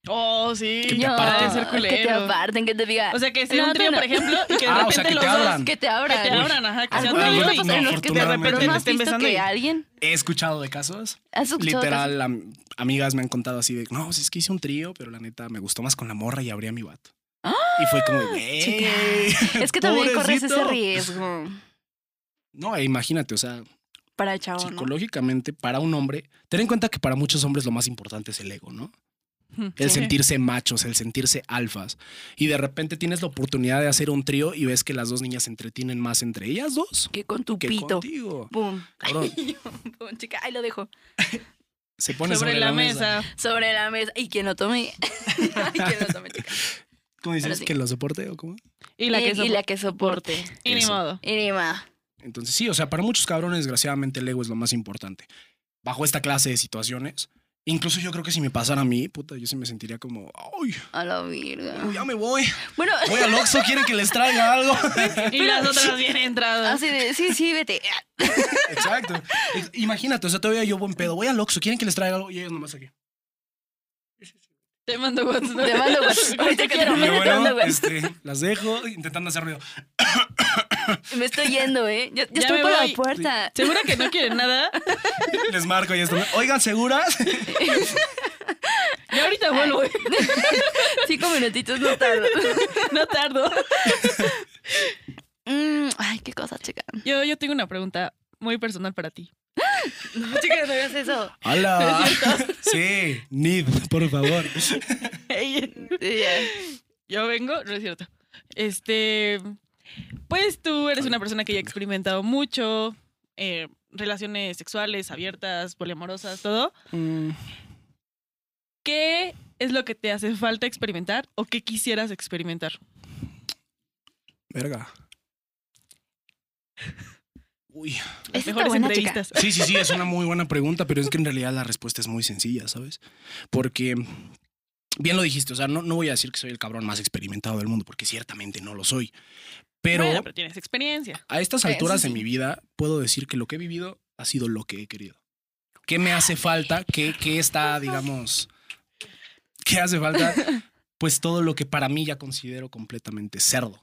Oh, sí.
Que te
No,
aparten.
ha de ser
que te
culero.
aparten, que te diga.
O sea, que sea
Ah, No,
un
tú
trío,
no.
por ejemplo, y que de
Ah, o
repente
sea, que
los
te
dos
abran.
que te abran.
que te
Uy.
abran, ajá, que sea
¿Alguna
Ay,
vez
todo
te
y
ha pasado en los que de
afortunadamente
repente pues, no
te
has
estén
visto
besando y-
que alguien
He escuchado de casos.
has escuchado
Literal, am- amigas me han contado así de, no, pues es que hice un trío, pero la neta me gustó más con la morra y abría mi vato.
¡Ah!
Y fue como,
Chica,
"Ey,
Es que también corres ese
pobrecito".
riesgo
No, e imagínate, o sea,
para el chavo, ¿no?
psicológicamente para un hombre, ten en cuenta que para muchos hombres lo más importante es el ego, ¿no? El
Sí.
sentirse machos, el sentirse alfas. Y de repente tienes la oportunidad de hacer un trío y ves que las dos niñas se entretienen más entre ellas dos
Que con tu
que
pito.
contigo.
Pum.
Cabrón.
Pum, chica. Ahí lo dejo.
Se pone
sobre la mesa.
Sobre la mesa. Y quien lo tome. Ay, quien lo tome, chica.
¿Cómo dices?
Ahora sí.
¿Que lo soporte o cómo?
Y la
Eh, y,
que
y la que
soporte.
soporte.
Y ni
Eso.
modo.
Y ni más.
Entonces sí, o sea, para muchos cabrones, desgraciadamente, el ego es lo más importante. Bajo esta clase de situaciones, incluso yo creo que si me pasara a mí, puta, yo sí me sentiría como, ay,
A la virga.
ya me voy,
Bueno,
voy al Oxxo, quieren que les traiga algo.
Y las otras bien entradas.
así de, sí, sí, vete.
Exacto. Es- Imagínate, o sea, todavía yo buen pedo, voy al Oxxo, quieren que les traiga algo y ellos nomás aquí.
Te mando WhatsApp.
Te mando WhatsApp. Ahorita que
Y
termine,
yo,
te mando
bueno,
WhatsApp.
este, las dejo intentando hacer ruido.
Me estoy yendo, ¿eh? Yo, yo
Ya
estoy
me
por
voy.
la puerta.
¿Segura que no quieren nada?
Les marco y esto. Oigan, ¿seguras?
Yo ahorita vuelvo.
Cinco minutitos, no tardo.
No tardo.
Mm, ay, qué cosa, chica.
Yo, yo tengo una pregunta muy personal para ti.
No, chica, no hagas eso.
Hola. Sí, Nid, por favor.
Sí, ya.
Yo vengo, no es cierto. Este, pues tú eres una persona que ya ha experimentado mucho, eh, relaciones sexuales abiertas, poliamorosas, todo. ¿Qué es lo que te hace falta experimentar o qué quisieras experimentar?
Verga. Uy.
Esa está buena, chica.
entrevistas.
Sí, sí, sí, es una muy buena pregunta, pero es que en realidad la respuesta es muy sencilla, ¿sabes? Porque bien lo dijiste, o sea, no, no voy a decir que soy el cabrón más experimentado del mundo, porque ciertamente no lo soy. Pero
Bueno, pero tienes experiencia.
a estas
Sí, Eh, eso
alturas de
sí.
mi vida puedo decir que lo que he vivido ha sido lo que he querido. ¿Qué me hace falta? ¿Qué, qué está, digamos? ¿Qué hace falta? Pues todo lo que para mí ya considero completamente cerdo.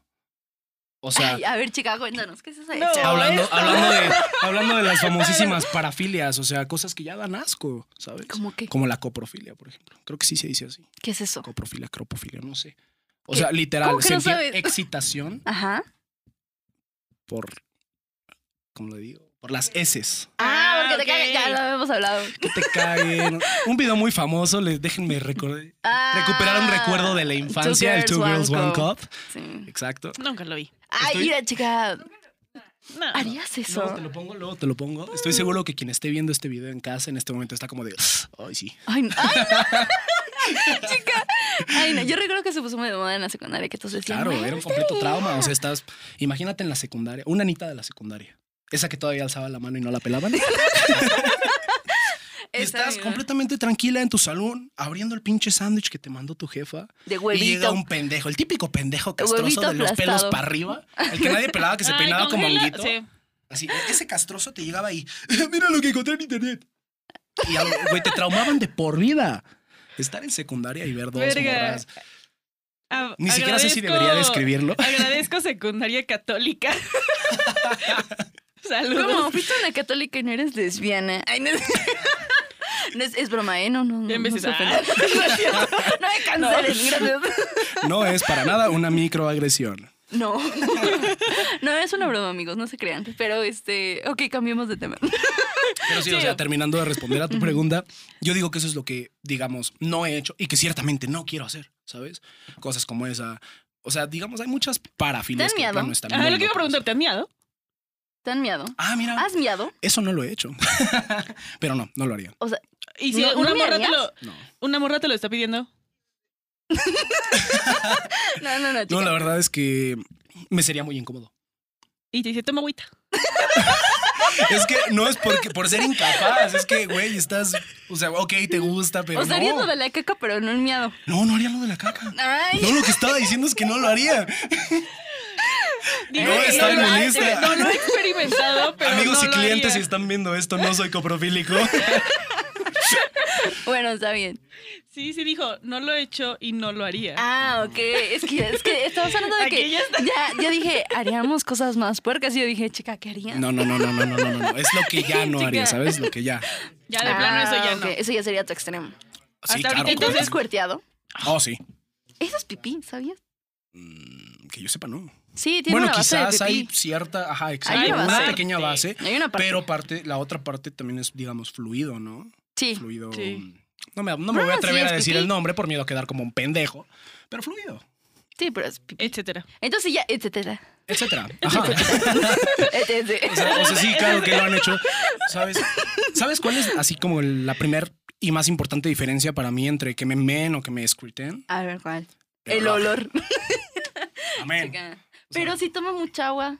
O sea,
Ay, ¿eh? a ver, chica, cuéntanos, ¿qué es eso? de
No.
cerdo?
hablando,
esto.
hablando, de, hablando de las famosísimas parafilias, o sea, cosas que ya dan asco, ¿sabes?
¿Cómo que?
Como la coprofilia, por ejemplo. Creo que sí se dice así.
¿Qué es eso?
Coprofilia, cropofilia, no sé. O
¿Qué?
sea, literal,
¿Cómo que no
sentir
sabes?
excitación
Ajá.
por, ¿cómo lo digo? Por las heces.
Ah,
Ah,
porque te
ok.
cagas. Ya lo habíamos hablado.
que te caguen. Un video muy famoso, les déjenme recordar-
Ah.
recuperar un recuerdo de la infancia, el Two Girls One Cup.
Sí.
Exacto.
Nunca lo vi.
Ay,
Estoy-
mira, chica,
No.
¿harías eso?
Luego te lo pongo, luego te lo pongo. Estoy seguro que quien esté viendo este video en casa en este momento está como de, "Ah, ay, sí.
Ay, no. Ay, no. Chica. Ay, no. Yo recuerdo que se puso muy de moda en la secundaria, que todos decían.
Claro,
"Ay,
era un
esta
completo
idea".
trauma. O sea, estás, imagínate en la secundaria, una anita de la secundaria. Esa que todavía alzaba la mano y no la pelaban. Y
Esa,
estás
mira,
completamente tranquila en tu salón, abriendo el pinche sándwich que te mandó tu jefa.
De
Y llega
huevito.
un pendejo, el típico pendejo castroso
Huevito
de los pelos
aplastado.
para arriba, el que nadie pelaba, que se
Ay,
peinaba como
congela-
honguito.
Sí.
Así, e-, ese castroso te llegaba ahí. Mira lo que encontré en internet. Y al- güey, te traumaban de por vida. Estar en secundaria y ver dos
Verga.
morras.
A-
Ni siquiera sé si
Ah, agradezco-
debería describirlo.
Agradezco secundaria católica.
¿Cómo?
Saludos.
Fuiste una católica y no eres lesbiana. Ay, no. No, es, es broma, ¿eh? No, no, no.
Ya
no,
empecé,
se
ah.
ofendan. No es cierto. No me canceles, gracias.
No es para nada una microagresión.
No. No, es una broma, amigos, no se crean. Pero, este, ok, cambiemos de tema.
Pero sí, o sea, terminando de responder a tu pregunta, yo digo que eso es lo que, digamos, no he hecho y que ciertamente no quiero hacer, ¿sabes? Cosas como esa. O sea, digamos, hay muchas
¿Te
parafilias
han
que de
miado?
plano están
Ajá,
muy
lo que iba a
locas.
preguntar, ¿te han miado?
¿Te han miado?
Ah, mira,
¿Has miado?
eso no lo he hecho. Pero no, no lo haría.
Y si
No, ¿no
una, morra te
miarías?
lo,
No.
una morra te lo está pidiendo.
No, no, no, chica.
No, la verdad es que me sería muy incómodo.
Y te dice, toma agüita.
Es que no es porque, por ser incapaz, es que, güey, estás, o sea, ok, te gusta, pero
o sea, harías
no.
lo de la caca, pero no un miado.
No, no haría lo de la caca.
Ay.
No, lo que estaba diciendo es que no lo haría.
Digo
No,
que
está en mi
lo ha-
lista.
No lo he experimentado, pero
Amigos
no
y
lo
clientes, si
haría.
están viendo esto, no soy coprofílico.
Bueno, está bien.
Sí, sí dijo, no lo he hecho y no lo haría.
Ah, ok. Es que, es que estamos hablando de que
Aquí ya está.
ya, ya dije, haríamos cosas más puercas. Y yo dije, chica, ¿qué harían?
No, no, no, no, no, no, no, no. Es lo que ya no haría,
Chica.
¿sabes? Lo que ya.
ya de plano eso ya no.
Ah, Eso ya sería tu extremo.
Sí,
Hasta ahorita
claro.
¿Y tú
Entonces-
has
claro.
cuerteado?
Oh, sí.
Eso es pipí, ¿sabías?
Mm, Que yo sepa, no.
Sí, tiene
Bueno,
una base
quizás
de
hay
pipí.
cierta, ajá,
Hay
exacto,
una
una
base.
pequeña base,
Hay una parte.
pero parte, la otra parte también es, digamos, fluido, ¿no?
sí.
fluido. mm,
Sí.
No me, no me voy
Ah, sí,
a atrever
es
a decir
pipí.
el nombre por miedo a quedar como un pendejo, pero fluido,
Sí, pero es pipí.
Etcétera.
Entonces ya, etcétera.
etcétera. Ajá.
Etcétera.
O sea, o sea, sí, claro que lo han hecho. ¿Sabes? ¿Sabes cuál es así como la primer y más importante diferencia para mí entre que me men o que me squirten?
A ver, ¿cuál? El olor.
Amén.
Pero si toma mucha agua.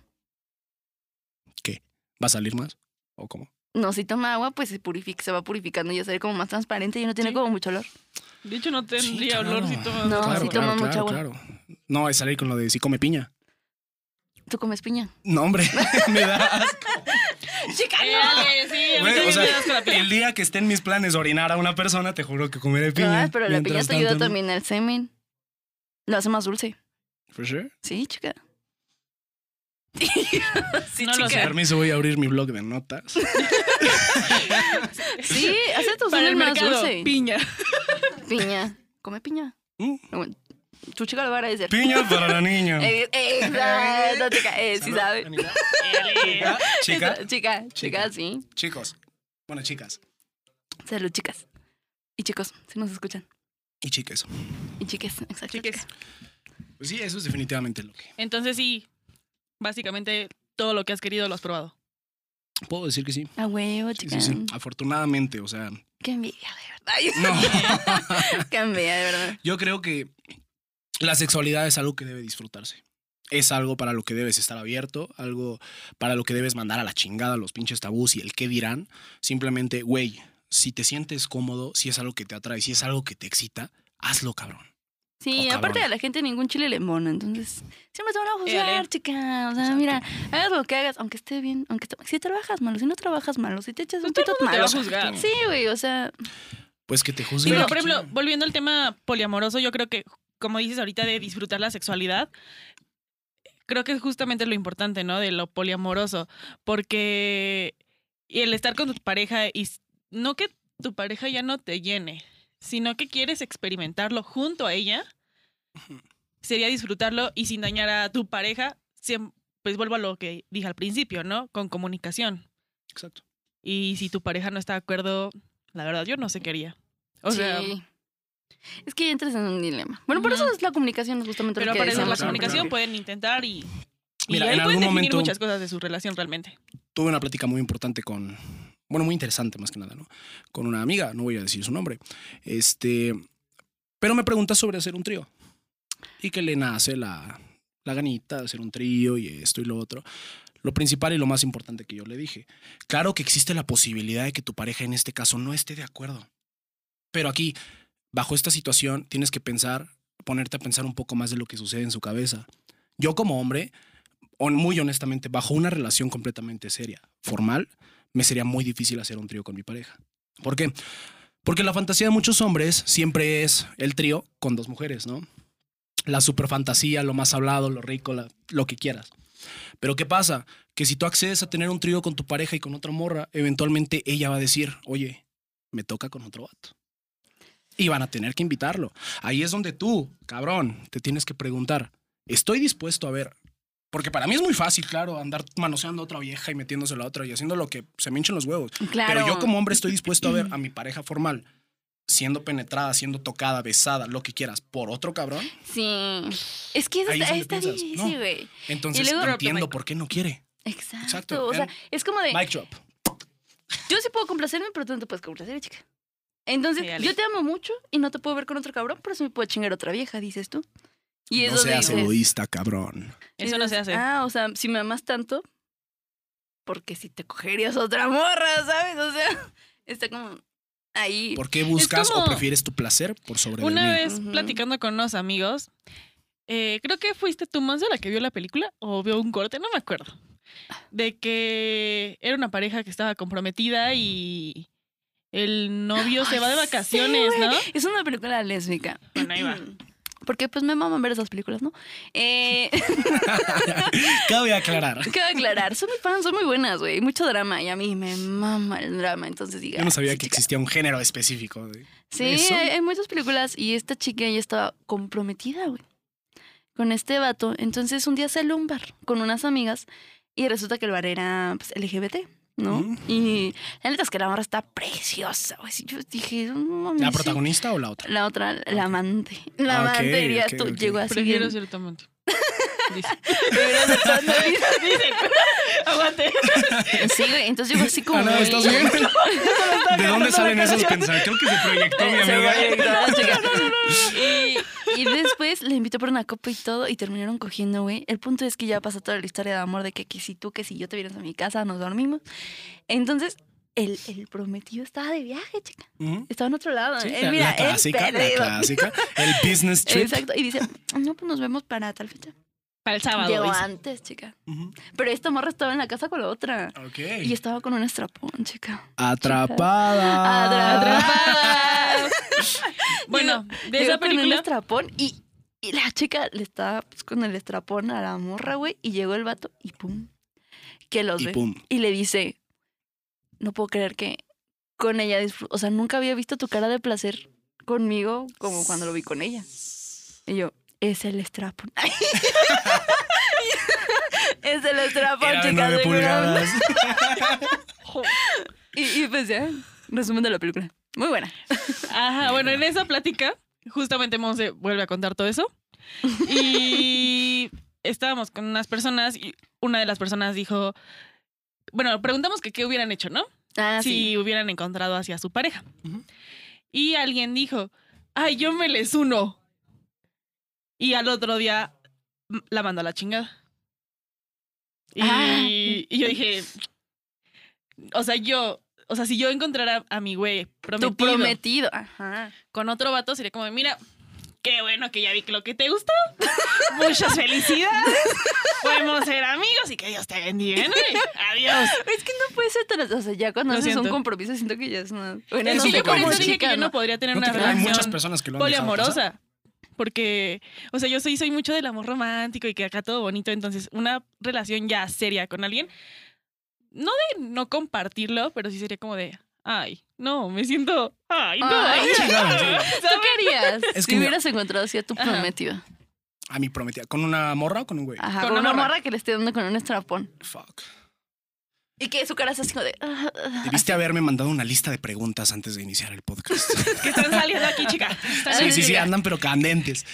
¿Va a salir más? ¿O cómo?
No, si toma agua, pues se purifica, se va purificando y ya se ve como más transparente y no tiene
Sí.
como mucho olor.
De hecho, no tendría
claro.
olor si tomas.
No,
agua.
sí toma mucha agua.
claro. No, es salir con lo de si come piña.
¿Tú comes piña?
No, hombre, me da asco.
¡Chica,
Eh, Ale, sí, a mí
Güey,
también
o sea,
me das con la piña.
el día que estén mis planes orinar a una persona, te juro que comeré piña.
pero la piña
Mientras
te ayuda
tanto, ¿no?
también al semen. Lo hace más dulce.
For sure.
Sí, chica. sí,
No lo
Con su
chica.
sé.
permiso, voy a abrir mi blog de notas.
Sí, hace tu
Para el
semen más
mercado,
dulce.
piña.
piña. Come piña.
Mm.
Bueno, Tu chica lo va a agradecer.
Piña para la niña.
Eh, eh, Exacto, chica. Eh, sí
Salud,
sabe.
Anita. Eh.
Ale.
Chica,
Esa- Chica, chica,
Chica.
sí.
chicos. Bueno, chicas
Salud, chicas. Y chicos, si nos escuchan.
y chiques.
Y chiques, exacto.
Chiques.
Pues sí, eso es definitivamente lo que.
Entonces, sí, básicamente todo lo que has querido lo has probado.
Puedo decir que sí.
A huevo,
Sí,
chica.
sí, sí. Afortunadamente, o sea.
Qué envidia, de verdad. Ay,
No.
Qué envidia, de verdad.
Yo creo que la sexualidad es algo que debe disfrutarse. Es algo para lo que debes estar abierto, algo para lo que debes mandar a la chingada los pinches tabús y el qué dirán. Simplemente, güey, si te sientes cómodo, si es algo que te atrae, si es algo que te excita, hazlo, cabrón.
Sí,
Oh,
aparte
cabrón.
de la gente, ningún chile le mono. Entonces, siempre te van a juzgar,
Éale.
chica. O sea,
Exacto.
Ah, mira, hagas lo que hagas, aunque esté bien. aunque esté- Si trabajas malo, si no trabajas malo, si te echas un
Pues Todo el
pito
mundo te va
malo.
a juzgar.
Sí, güey, o sea,
Pues que te juzguen.
Pero,
lo
por
que
ejemplo,
quieran.
volviendo al tema poliamoroso, yo creo que, como dices ahorita, de disfrutar la sexualidad, creo que es justamente lo importante, ¿no? De lo poliamoroso. Porque el estar con tu pareja y s- no que tu pareja ya no te llene, sino que quieres experimentarlo junto a ella, sería disfrutarlo y sin dañar a tu pareja, siem- pues vuelvo a lo que dije al principio, ¿no? Con comunicación.
Exacto.
Y si tu pareja no está de acuerdo, la verdad yo no sé qué haría. O sea,
sí. Es que entras en un dilema. Bueno, por
Ujú.
eso es la comunicación, justamente
Pero
lo que
para eso
decíamos
la
al
comunicación
principio.
pueden intentar y, y
Mira,
ahí
en
pueden
algún
definir
momento-
muchas cosas de su relación realmente.
tuve una plática muy importante con, bueno, muy interesante más que nada, ¿no? Con una amiga, no voy a decir su nombre. Este, pero me pregunta sobre hacer un trío. Y que le nace la, la ganita de hacer un trío y esto y lo otro. Lo principal y lo más importante que yo le dije. Claro que existe la posibilidad de que tu pareja en este caso no esté de acuerdo. Pero aquí, bajo esta situación, tienes que pensar, ponerte a pensar un poco más de lo que sucede en su cabeza. Yo como hombre, hon- muy honestamente, bajo una relación completamente seria, formal, me sería muy difícil hacer un trío con mi pareja. ¿Por qué? Porque la fantasía de muchos hombres siempre es el trío con dos mujeres, ¿no? La super fantasía, lo más hablado, lo rico, la- lo que quieras. Pero ¿qué pasa? Que si tú accedes a tener un trío con tu pareja y con otra morra, eventualmente ella va a decir, oye, me toca con otro vato. Y van a tener que invitarlo. Ahí es donde tú, cabrón, te tienes que preguntar, ¿estoy dispuesto a ver porque para mí es muy fácil, claro, andar manoseando a otra vieja y metiéndose a la otra y haciendo lo que se me hinchen los huevos.
pues,
Claro.
Pero yo como hombre estoy dispuesto a ver a mi pareja formal siendo penetrada, siendo tocada, besada, lo que quieras, por otro cabrón.
Sí. Es que eso
Ahí es
está,
donde
está
piensas,
difícil,
no.
güey.
Entonces
luego-
entiendo por qué no quiere.
Exacto.
Exacto,
O sea,
el-
es como de.
Mic drop.
Yo sí puedo complacerme, pero tú no te puedes complacer, chica. Entonces,
Sí, Ale.
yo te amo mucho y no te puedo ver con otro cabrón, pero sí me puedo chingar a otra vieja, dices tú. Y es
No
donde
seas
dices-
egoísta, cabrón.
Eso no se
dices,
hace.
Ah, o sea, si me amas tanto, porque si te cogerías otra morra, ¿sabes? O sea, está como ahí.
¿Por qué buscas
como-
o prefieres tu placer por sobre el
Una
mío?
vez
Ujú.
platicando con unos amigos, eh, creo que fuiste tú más de la que vio la película o vio un corte, no me acuerdo. De que era una pareja que estaba comprometida y el novio se
Ay,
va de
Ah, sí,
vacaciones,
güey.
¿no?
Es una película lésbica.
Bueno, ahí va.
Porque pues me maman ver esas películas, ¿no? Eh,
Cabe aclarar.
Quiero aclarar, son muy fans, son muy buenas, güey. Mucho drama y a mí me mama el drama, entonces diga.
Yo no sabía
sí,
que
chica.
existía un género específico. de- de
Sí,
eso.
hay, hay muchas películas y esta chica ya estaba comprometida, güey, con este vato. Entonces un día sale a un bar con unas amigas y resulta que el bar era pues, LGBT, ¿no?
Mm.
Y la neta es que la barra está preciosa, güey. Sí, Yo dije, no mames,
¿La
sí.
protagonista o la otra?
La otra, la
Ok.
amante. La
Ah, ok,
amante, dirías
ok,
tú,
ok.
llegó así. bien-
Prefiero ser tu amante. Dice.
Prefiero ser tu amante.
Dice. Aguante.
Sí, güey, entonces llegó así como.
Ana,
muy-
Ah, ¿estás bien? ¿De dónde salen esos pensamientos? Creo que se proyectó mi
Se
amiga.
fue directo a la chica. Y, Y después le invitó por una copa y todo y terminaron cogiendo, güey. El punto es que ya pasó toda la historia de amor de que, que si tú, que si yo te vienes a mi casa, nos dormimos. Entonces, el, el prometido estaba de viaje, chica.
Ujú.
Estaba en otro lado.
Sí,
Él,
la,
mira,
la
él
clásica, la
perdido.
clásica. El business trip.
Exacto. Y dice, no, pues nos vemos para tal fecha.
Para
Ah,
el sábado.
Llegó
dice.
antes, chica.
Ujú.
Pero esta morra estaba en la casa con la otra.
Ok.
Y estaba con un estrapón, chica.
Atrapada.
Atrapada.
Bueno, de
Llegó
esa
con un
película.
estrapón y, y la chica le estaba pues, con el estrapón a la morra, güey. Y llegó el vato y pum. Que los
Y
ve.
pum.
Y le dice, no puedo creer que con ella disfr- O sea, nunca había visto tu cara de placer conmigo como cuando lo vi con ella. Y yo, es el estrapón. es el estrapón,
Era de
chicas.
nueve
seguramente.
pulgadas.
Y, y pues ya, resumen de la película. Muy buena.
Ajá, bueno, en esa plática, justamente Monse vuelve a contar todo eso. Y estábamos con unas personas y una de las personas dijo, bueno, preguntamos que qué hubieran hecho, ¿no?
Ah,
si hubieran encontrado hacia su pareja.
Ujú.
Y alguien dijo, ay, yo me les uno. Y al otro día m- la mandó a la chingada. Y,
Ah.
y yo dije, o sea, yo, o sea, si yo encontrara a mi güey prometido
Tu prometido. Ajá.
con otro vato, sería como, mira, qué bueno que ya vi que lo que te gustó. Muchas felicidades. Podemos ser amigos y que Dios te bendiga. ¿no? Adiós.
Es que no puede ser tan. O sea, ya cuando
Lo
haces un
siento.
compromiso, siento que ya es una. Bueno,
Es
no
que
sé,
yo por
como
eso dije
chica,
que yo
¿no?
no podría tener
No te
una
creas, hay
relación
muchas personas que lo han dejado pasar.
poliamorosa. Porque, o sea, yo soy, soy mucho del amor romántico y que acá todo bonito. Entonces, una relación ya seria con alguien, no de no compartirlo, pero sí sería como de, ay, no, me siento, ay, no.
Ay,
ay,
claro, sí.
¿Tú querías?
Es que
si
mira-
hubieras encontrado así a tu
Ajá.
prometido.
A Ah, mi prometida. ¿Con una morra o con un güey?
Ajá,
Con
con una
una
morra. que le esté dando con un estrapón.
Fuck.
Y que su cara es así como de. "Ah, ah".
Debiste haberme mandado una lista de preguntas antes de iniciar el podcast.
que están saliendo aquí, chica. Están
Sí,
Sí, sí, sí,
saliendo.
andan pero candentes.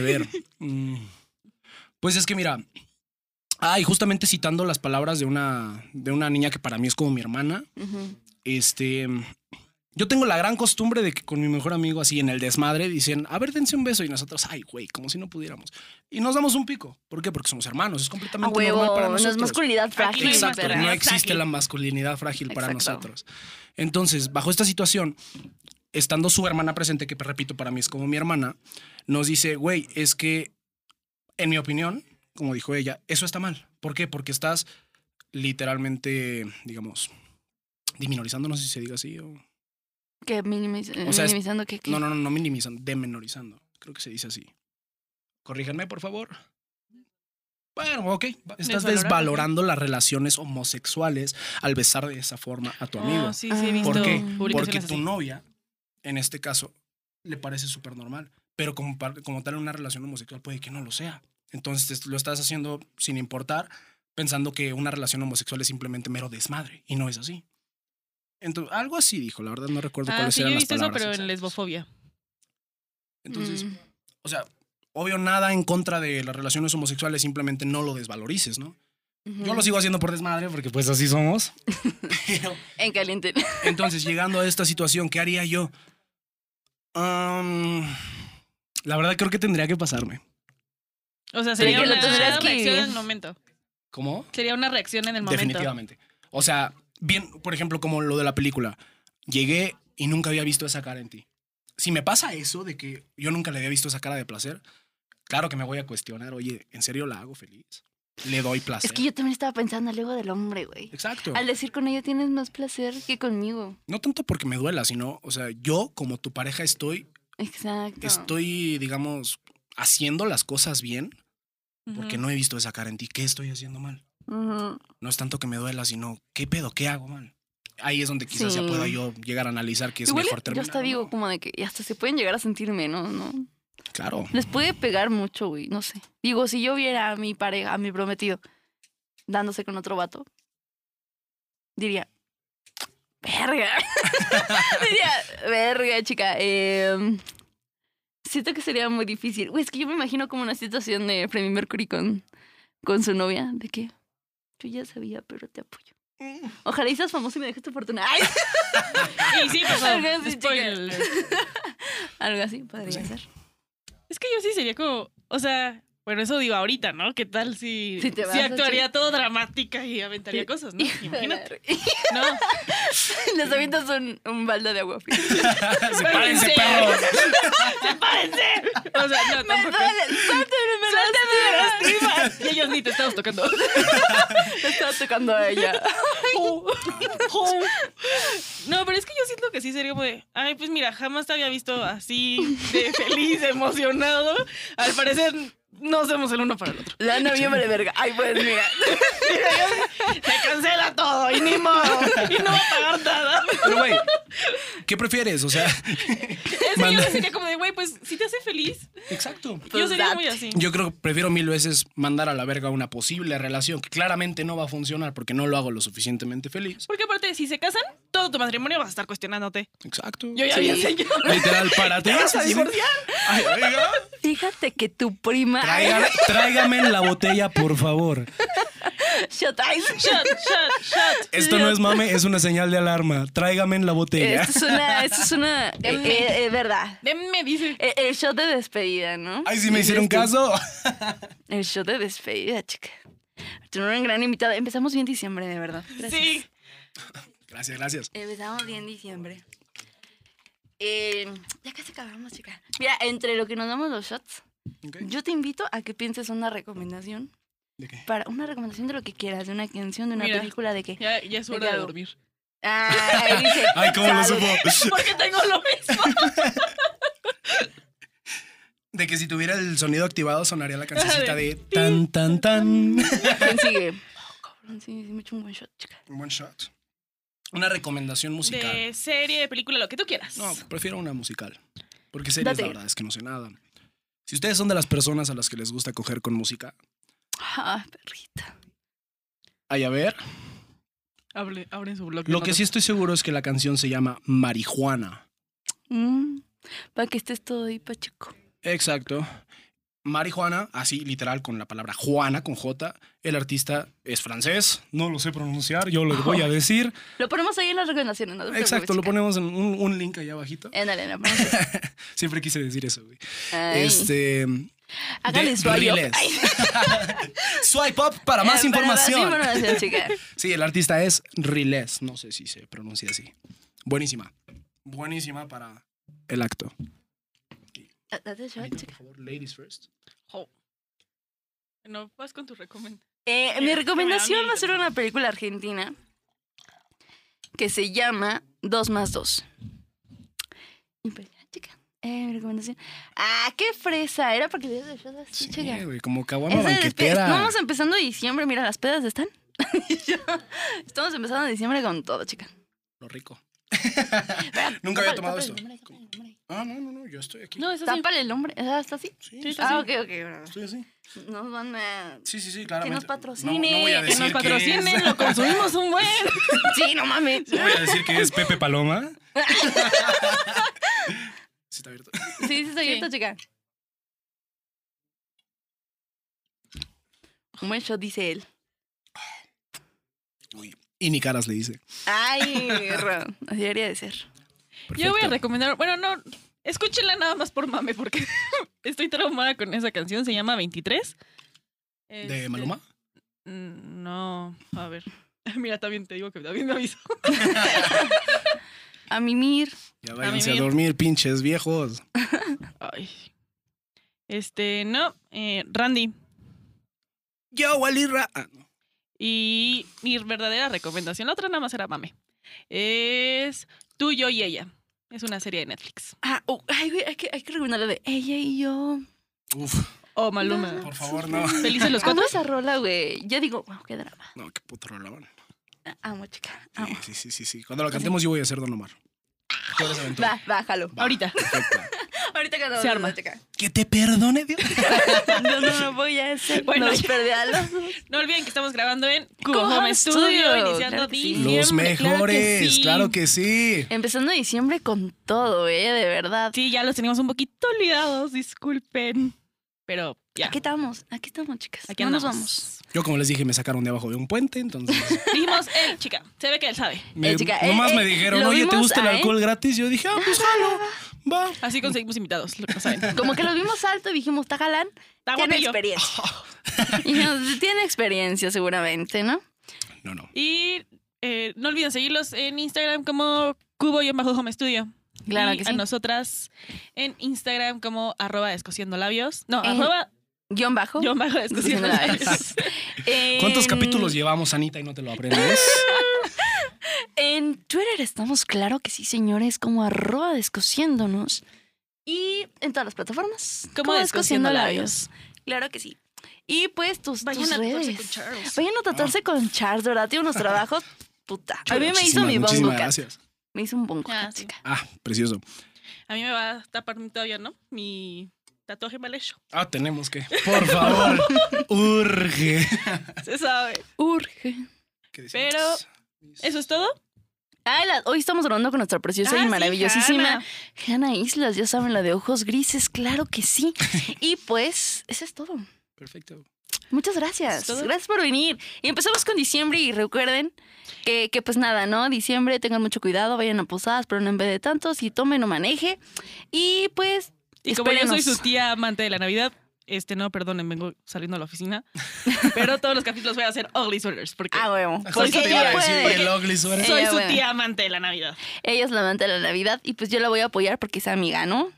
ver. Mm. Pues es que mira. Ah, y justamente citando las palabras de una, de una niña que para mí es como mi hermana.
Ujú.
Este. Yo tengo la gran costumbre de que con mi mejor amigo, así en el desmadre, dicen, a ver, dense un beso. Y nosotros, ay, güey, como si no pudiéramos. Y nos damos un pico. ¿Por qué? Porque somos hermanos. Es
A
completamente normal para
huevo, no
nosotros.
es masculinidad frágil.
hay
Exacto,
perra.
masculinidad
no existe
frágil.
la masculinidad frágil para
Exacto.
nosotros. Entonces, bajo esta situación, estando su hermana presente, que repito, para mí es como mi hermana, nos dice, güey, es que, en mi opinión, como dijo ella, eso está mal. ¿Por qué? Porque estás literalmente, digamos, diminorizando, no sé si se diga así, o...
Que minimiz-
O sea, es-
minimizando que. que-
No, no, no, no minimizando, demenorizando. Creo que se dice así. Corríjanme, por favor. Bueno, ok. va- Estás
Desvalorando.
desvalorando las relaciones homosexuales al besar de esa forma a tu amigo.
Oh, sí, sí, he visto
¿Por qué? Porque
publicaciones
tu
así.
novia, en este caso, le parece súper normal. Pero como, par- como tal, una relación homosexual puede que no lo sea. Entonces lo estás haciendo sin importar, pensando que una relación homosexual es simplemente mero desmadre. Y no es así. Entonces, algo así dijo, la verdad no recuerdo
Ah,
cuáles
sí, yo
eran
he
las
visto eso,
palabras
pero en
exactas.
lesbofobia.
Entonces,
Mm.
o sea, obvio nada en contra de las relaciones homosexuales, simplemente no lo desvalorices, ¿no? Yo lo sigo haciendo por desmadre porque pues así somos. Pero,
En caliente.
entonces, llegando a esta situación, ¿qué haría yo? Am, la verdad creo que tendría que pasarme.
O sea, sería
que lo
una
tendrías
que
reacción
vivir.
en el momento.
¿Cómo?
Sería una reacción en el momento.
Definitivamente. O sea, bien, por ejemplo, como lo de la película. Llegué y nunca había visto esa cara en ti. Si me pasa eso de que yo nunca le había visto esa cara de placer, claro que me voy a cuestionar, oye, ¿en serio la hago feliz? Le doy placer.
Es que yo también estaba pensando al ego del hombre, güey.
Exacto.
Al decir con ella tienes más placer que conmigo.
No tanto porque me duela, sino, o sea, yo como tu pareja estoy,
Exacto.
estoy, digamos, haciendo las cosas bien
Ujú.
porque no he visto esa cara en ti. ¿Qué estoy haciendo mal?
Ujú.
No es tanto que me duela, sino, ¿qué pedo? ¿Qué hago mal? Ahí es donde quizás ya
Sí.
pueda yo llegar a analizar que es
Igual
mejor terminar.
yo hasta
¿no?
digo como de que y hasta se pueden llegar a sentir menos, ¿no?
Claro.
Les puede pegar mucho, güey, no sé. Digo, si yo viera a mi pareja, a mi prometido, dándose con otro vato, diría, verga. diría, verga, chica. em, siento que sería muy difícil. Güey, es que yo me imagino como una situación de Freddie Mercury con, con su novia, de que yo ya sabía, pero te apoyo. Ojalá y seas famoso y me dejes tu fortuna. Ay,
Y sí, pues, por
Algo así,
favor. spoiler.
Algo así podría ser.
Es que yo sí sería como, o sea, bueno, eso digo ahorita, ¿no? ¿Qué tal si,
Si te vas
si
a
actuaría todo dramática y aventaría cosas, ¿no? Imagínate. No,
Les avientas un, un balde de agua fría.
¡Sepárense,
Espérense.
perros!
¡Sepárense! O sea, no,
¡Me
tampoco.
duele! ¡Suéltame, me las
Suéltame las tripas. Y ellos ni te estamos tocando.
tripas! Le estaba tocando a ella.
Oh. No, pero es que yo siento que sí sería como de, ay, pues mira, jamás te había visto así de feliz, emocionado. Al parecer no somos el uno para el otro.
La noviembre de verga. Ay, pues mira.
Se cancela todo y ni modo. Y no va a pagar nada.
Pero, güey, ¿qué prefieres? O sea,
Es que yo
Manda.
sí sería como de, güey, pues si te hace feliz,
exacto.
yo
Pues
sería
date.
muy así.
Yo creo que prefiero mil veces mandar a la verga una posible relación que claramente no va a funcionar porque no lo hago lo suficientemente feliz.
Porque aparte, si se casan, todo tu matrimonio vas a estar cuestionándote.
Exacto.
Yo ya
Sí.
había enseñado.
Literal, para ti.
vas a divorciar?
Ay, oiga.
Fíjate que tu prima.
Tráigame, tráigame la botella, por favor.
Shut eyes.
Shut, shut, shut.
Esto no es mame, es una señal de alarma. Tráigame la botella.
Esto es una. Esto es una. eh, eh, eh, verdad.
Denme, dice.
Eh, El, shot de despedida, ¿no? este,
Ay, si me hicieron caso.
El shot de despedida, chica. Tener una gran invitada. Empezamos bien diciembre, de verdad. Gracias.
Sí.
Gracias, gracias.
Empezamos bien diciembre. Eh, ya casi acabamos, chica. Mira, entre lo que nos damos los shots,
Ok.
yo te invito a que pienses una recomendación.
¿De qué?
Para una recomendación de lo que quieras, de una canción, de una
Mira.
película, de qué.
Ya, ya es hora de
Claro.
dormir.
Ay, dice,
Ay, ¿cómo lo
salud.
supo?
Porque tengo lo mismo.
De que si tuviera el sonido activado sonaría la cancioncita de tan, tan, tan.
¿Quién sigue? Oh, cabrón, sí, sí me echo un buen shot, chica.
Un One shot. Una recomendación musical.
De serie, de película, lo que tú quieras.
No, prefiero una musical. Porque series,
Date.
la verdad es que no sé nada. Si ustedes son de las personas a las que les gusta coger con música,
Ah, perrita.
ay, a ver.
Hable, abren su blog.
Lo que sí estoy seguro es que la canción se llama Marijuana.
para Mm. que estés todo ahí, Pacheco.
Exacto. Marijuana, así literal con la palabra Juana, con J. El artista es francés. No lo sé pronunciar, yo lo voy a decir.
Lo ponemos ahí en las recomendaciones, ¿no? te preocupes,
Exacto, lo
chica. Eh.
ponemos en un, un link allá abajito.
Ándale, lo ponemos.
Siempre quise decir eso, güey.
Ay,
Este.
Hágale
de
swipe up.
Riles.
Ay.
Swipe up para más
Eh, para
información.
Más información, chica.
Sí, el artista es Riles. No sé si se pronuncia así. Buenísima. Buenísima para el acto.
Ah, date shot,
Por
chica.
favor, ladies first.
No, vas con tu recomendación.
Eh, mi recomendación va a ser una película argentina que se llama 2 más 2. Y pues ya, chica. Eh, mi recomendación. Ah, qué fresa. Era porque le dio de shot así,
Sí,
chica.
güey, como
Es
caguama
el despe-
banquetera.
Vamos empezando diciembre, mira, las pedas están. Estamos empezando diciembre con todo, chica.
Lo rico. Nunca había tomado esto. Ah, no, no, no, yo estoy aquí.
No, eso sí.
Tápale el hombre. Ah, ¿Está así?
Sí,
Sí,
estoy-
Ah, ok, ok.
estoy así.
Nos van a...
Sí, sí, sí, claramente.
nos patrocine,
No, no voy a
que
Que
decir
nos
que
patrocinen,
es-
lo consumimos un buen.
Sí, no mames.
no voy a decir que es Pepe Paloma. sí, está abierto.
Sí, sí, está abierto, chica. Un buen shot, dice él.
Uy, y ni caras le dice.
Ay, perro. así debería de ser.
Yo voy a
Perfecto.
recomendar. Bueno, no. Escúchenla nada más por mame, porque estoy traumada con esa canción. Se llama 23.
¿De
Este,
Maluma?
mm, No, a ver. Mira, también te digo que también me avisó.
A mimir.
Ya váyanse a
mira.
dormir, pinches viejos.
Ay. Este, no. eh, Randy.
Yo, Walirra. Ah, no.
Y mi verdadera recomendación, la otra nada más era mame. Es Tú, yo y ella. Es una serie de Netflix.
Ah, oh, ay, güey, hay que, hay que recomendarle de ella y yo.
Uf,
Oh, Maluma.
por favor, no.
Felices los
Amo
cuatro.
esa rola, güey. Yo digo, wow, qué drama.
No, qué puto rolón.
Amo, chica.
Sí,
Amo.
sí, sí, sí, sí. Cuando lo cantemos yo voy a ser Don Omar. Tú eres Aventura.
Va, bájalo.
Va,
Ahorita.
perfecto.
Ahorita que nos
Se arma.
vemos, chica.
Que te perdone, Dios.
Yo no lo voy a hacer.
Bueno,
Nos
ya.
perdí a los
No olviden que estamos grabando en Cubo
Cubo
Home
Home
Studio,
Studio,
iniciando
claro que sí.
diciembre.
Los mejores, claro
sí.
que sí.
Empezando diciembre con todo, eh, de verdad.
Sí, ya los teníamos un poquito olvidados, disculpen. Pero ya.
Aquí estamos, aquí estamos, chicas.
Aquí
no nos vamos.
andamos.
Yo, como les dije, me sacaron de abajo de un puente, entonces.
Dijimos, él, chica, se ve que él sabe.
me-
Eh, chica, eh,
nomás
eh,
me dijeron,
lo
oye, ¿te
vimos
gusta el
a él".
alcohol gratis? Yo dije, ah, pues jalo, va.
Así conseguimos invitados, lo que no saben.
Como que lo vimos alto y dijimos, está galán,
Está
tiene
guapillo.
experiencia. Y nos- tiene experiencia seguramente, ¿no?
No, no.
Y eh, no olviden seguirlos en Instagram como cubo y en bajo home studio.
Claro
y
que
A
sí.
nosotras en Instagram como arroba descosiendo labios. No,
Eh,
arroba
Guión bajo. Eh,
yo bajo Pues descosiendo labios.
¿Cuántos
En-
capítulos llevamos, Anita, y no te lo aprendes?
En Twitter estamos, claro que sí, señores, como arroba descosiéndonos. Y en todas las plataformas.
Como descosiendo labios.
Claro que sí. Y pues tus,
Vayan
tus
a tatuarse
redes.
con Charles.
Vayan a tatuarse con Charles, de ¿verdad? Tiene unos trabajos. Puta. A mí me hizo
Ah. Muchísimas,
mi bongo
Muchísimas
cat.
gracias.
Me hizo un bongo
Ah,
cat,
sí.
chica.
Ah, precioso.
A mí me va a tapar mi- todavía, ¿no? Mi tatuaje mal hecho.
Ah, tenemos que. Por favor, urge.
Se sabe.
Urge.
¿Qué decían
Pero
antes?
¿Eso es todo?
Ah, la- hoy estamos hablando con nuestra preciosa
Ah,
y
sí,
maravillosísima
Hanna.
Hanna Islas, ya saben, la de ojos grises, claro que sí. y pues, eso es todo.
Perfecto.
Muchas
¿Es
gracias.
todo?
Gracias por venir. Y empezamos con diciembre y recuerden que, que, pues nada, ¿no? Diciembre, tengan mucho cuidado, vayan a posadas, pero no en vez de tanto, si tomen o maneje. Y pues,
Y como yo soy
Espérenos.
su tía amante de la Navidad, este no, perdonen, vengo saliendo a la oficina. pero todos los capítulos voy a hacer ugly sweaters porque
ah, huevo.
Justo
Porque
te iba
ella
a decir,
puede.
el ugly sweater.
soy
Ella
su
puede.
tía amante de la Navidad.
Ella es la amante de la Navidad y pues yo la voy a apoyar porque es amiga, ¿no?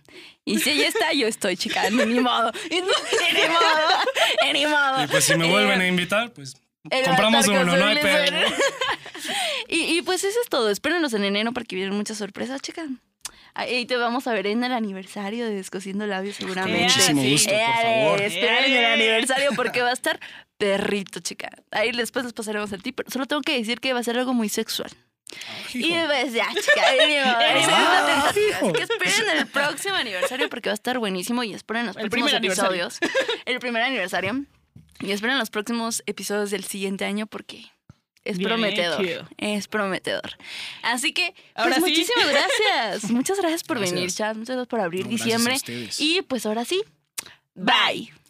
Y si ella está, yo estoy, chica. Ni, ni modo. Ni modo. Ni modo.
Y pues si me
Eh,
vuelven a invitar, pues
él va a
compramos
estar
uno,
con su
no hay
blazer.
pedo.
Y, y pues eso es todo. Espérenos en enero porque vienen muchas sorpresas, chica. Ahí te vamos a ver en el aniversario de Descosiendo Labios,
Con
seguramente.
muchísimo
sí.
gusto, por
Ea,
favor.
Esperen el
Ea.
aniversario porque va a estar perrito, chica. Ahí después les pasaremos el tip, pero solo tengo que decir que va a ser algo muy sexual.
Hijo.
Y pues ya, chica. ahí ni modo, ahí se
Ah,
va a tener-
hijo.
Así que esperen el próximo aniversario porque va a estar buenísimo y esperen los
El
próximos
primer aniversario.
episodios. El primer aniversario. Y esperen los próximos episodios del siguiente año porque es
Bien
prometedor.
hecho.
Es prometedor. Así que,
Ahora
pues
sí.
muchísimas gracias. Muchas gracias por
Gracias.
venir, chat. Muchas gracias por abrir
No, gracias a
diciembre.
ustedes.
Y pues ahora sí, bye.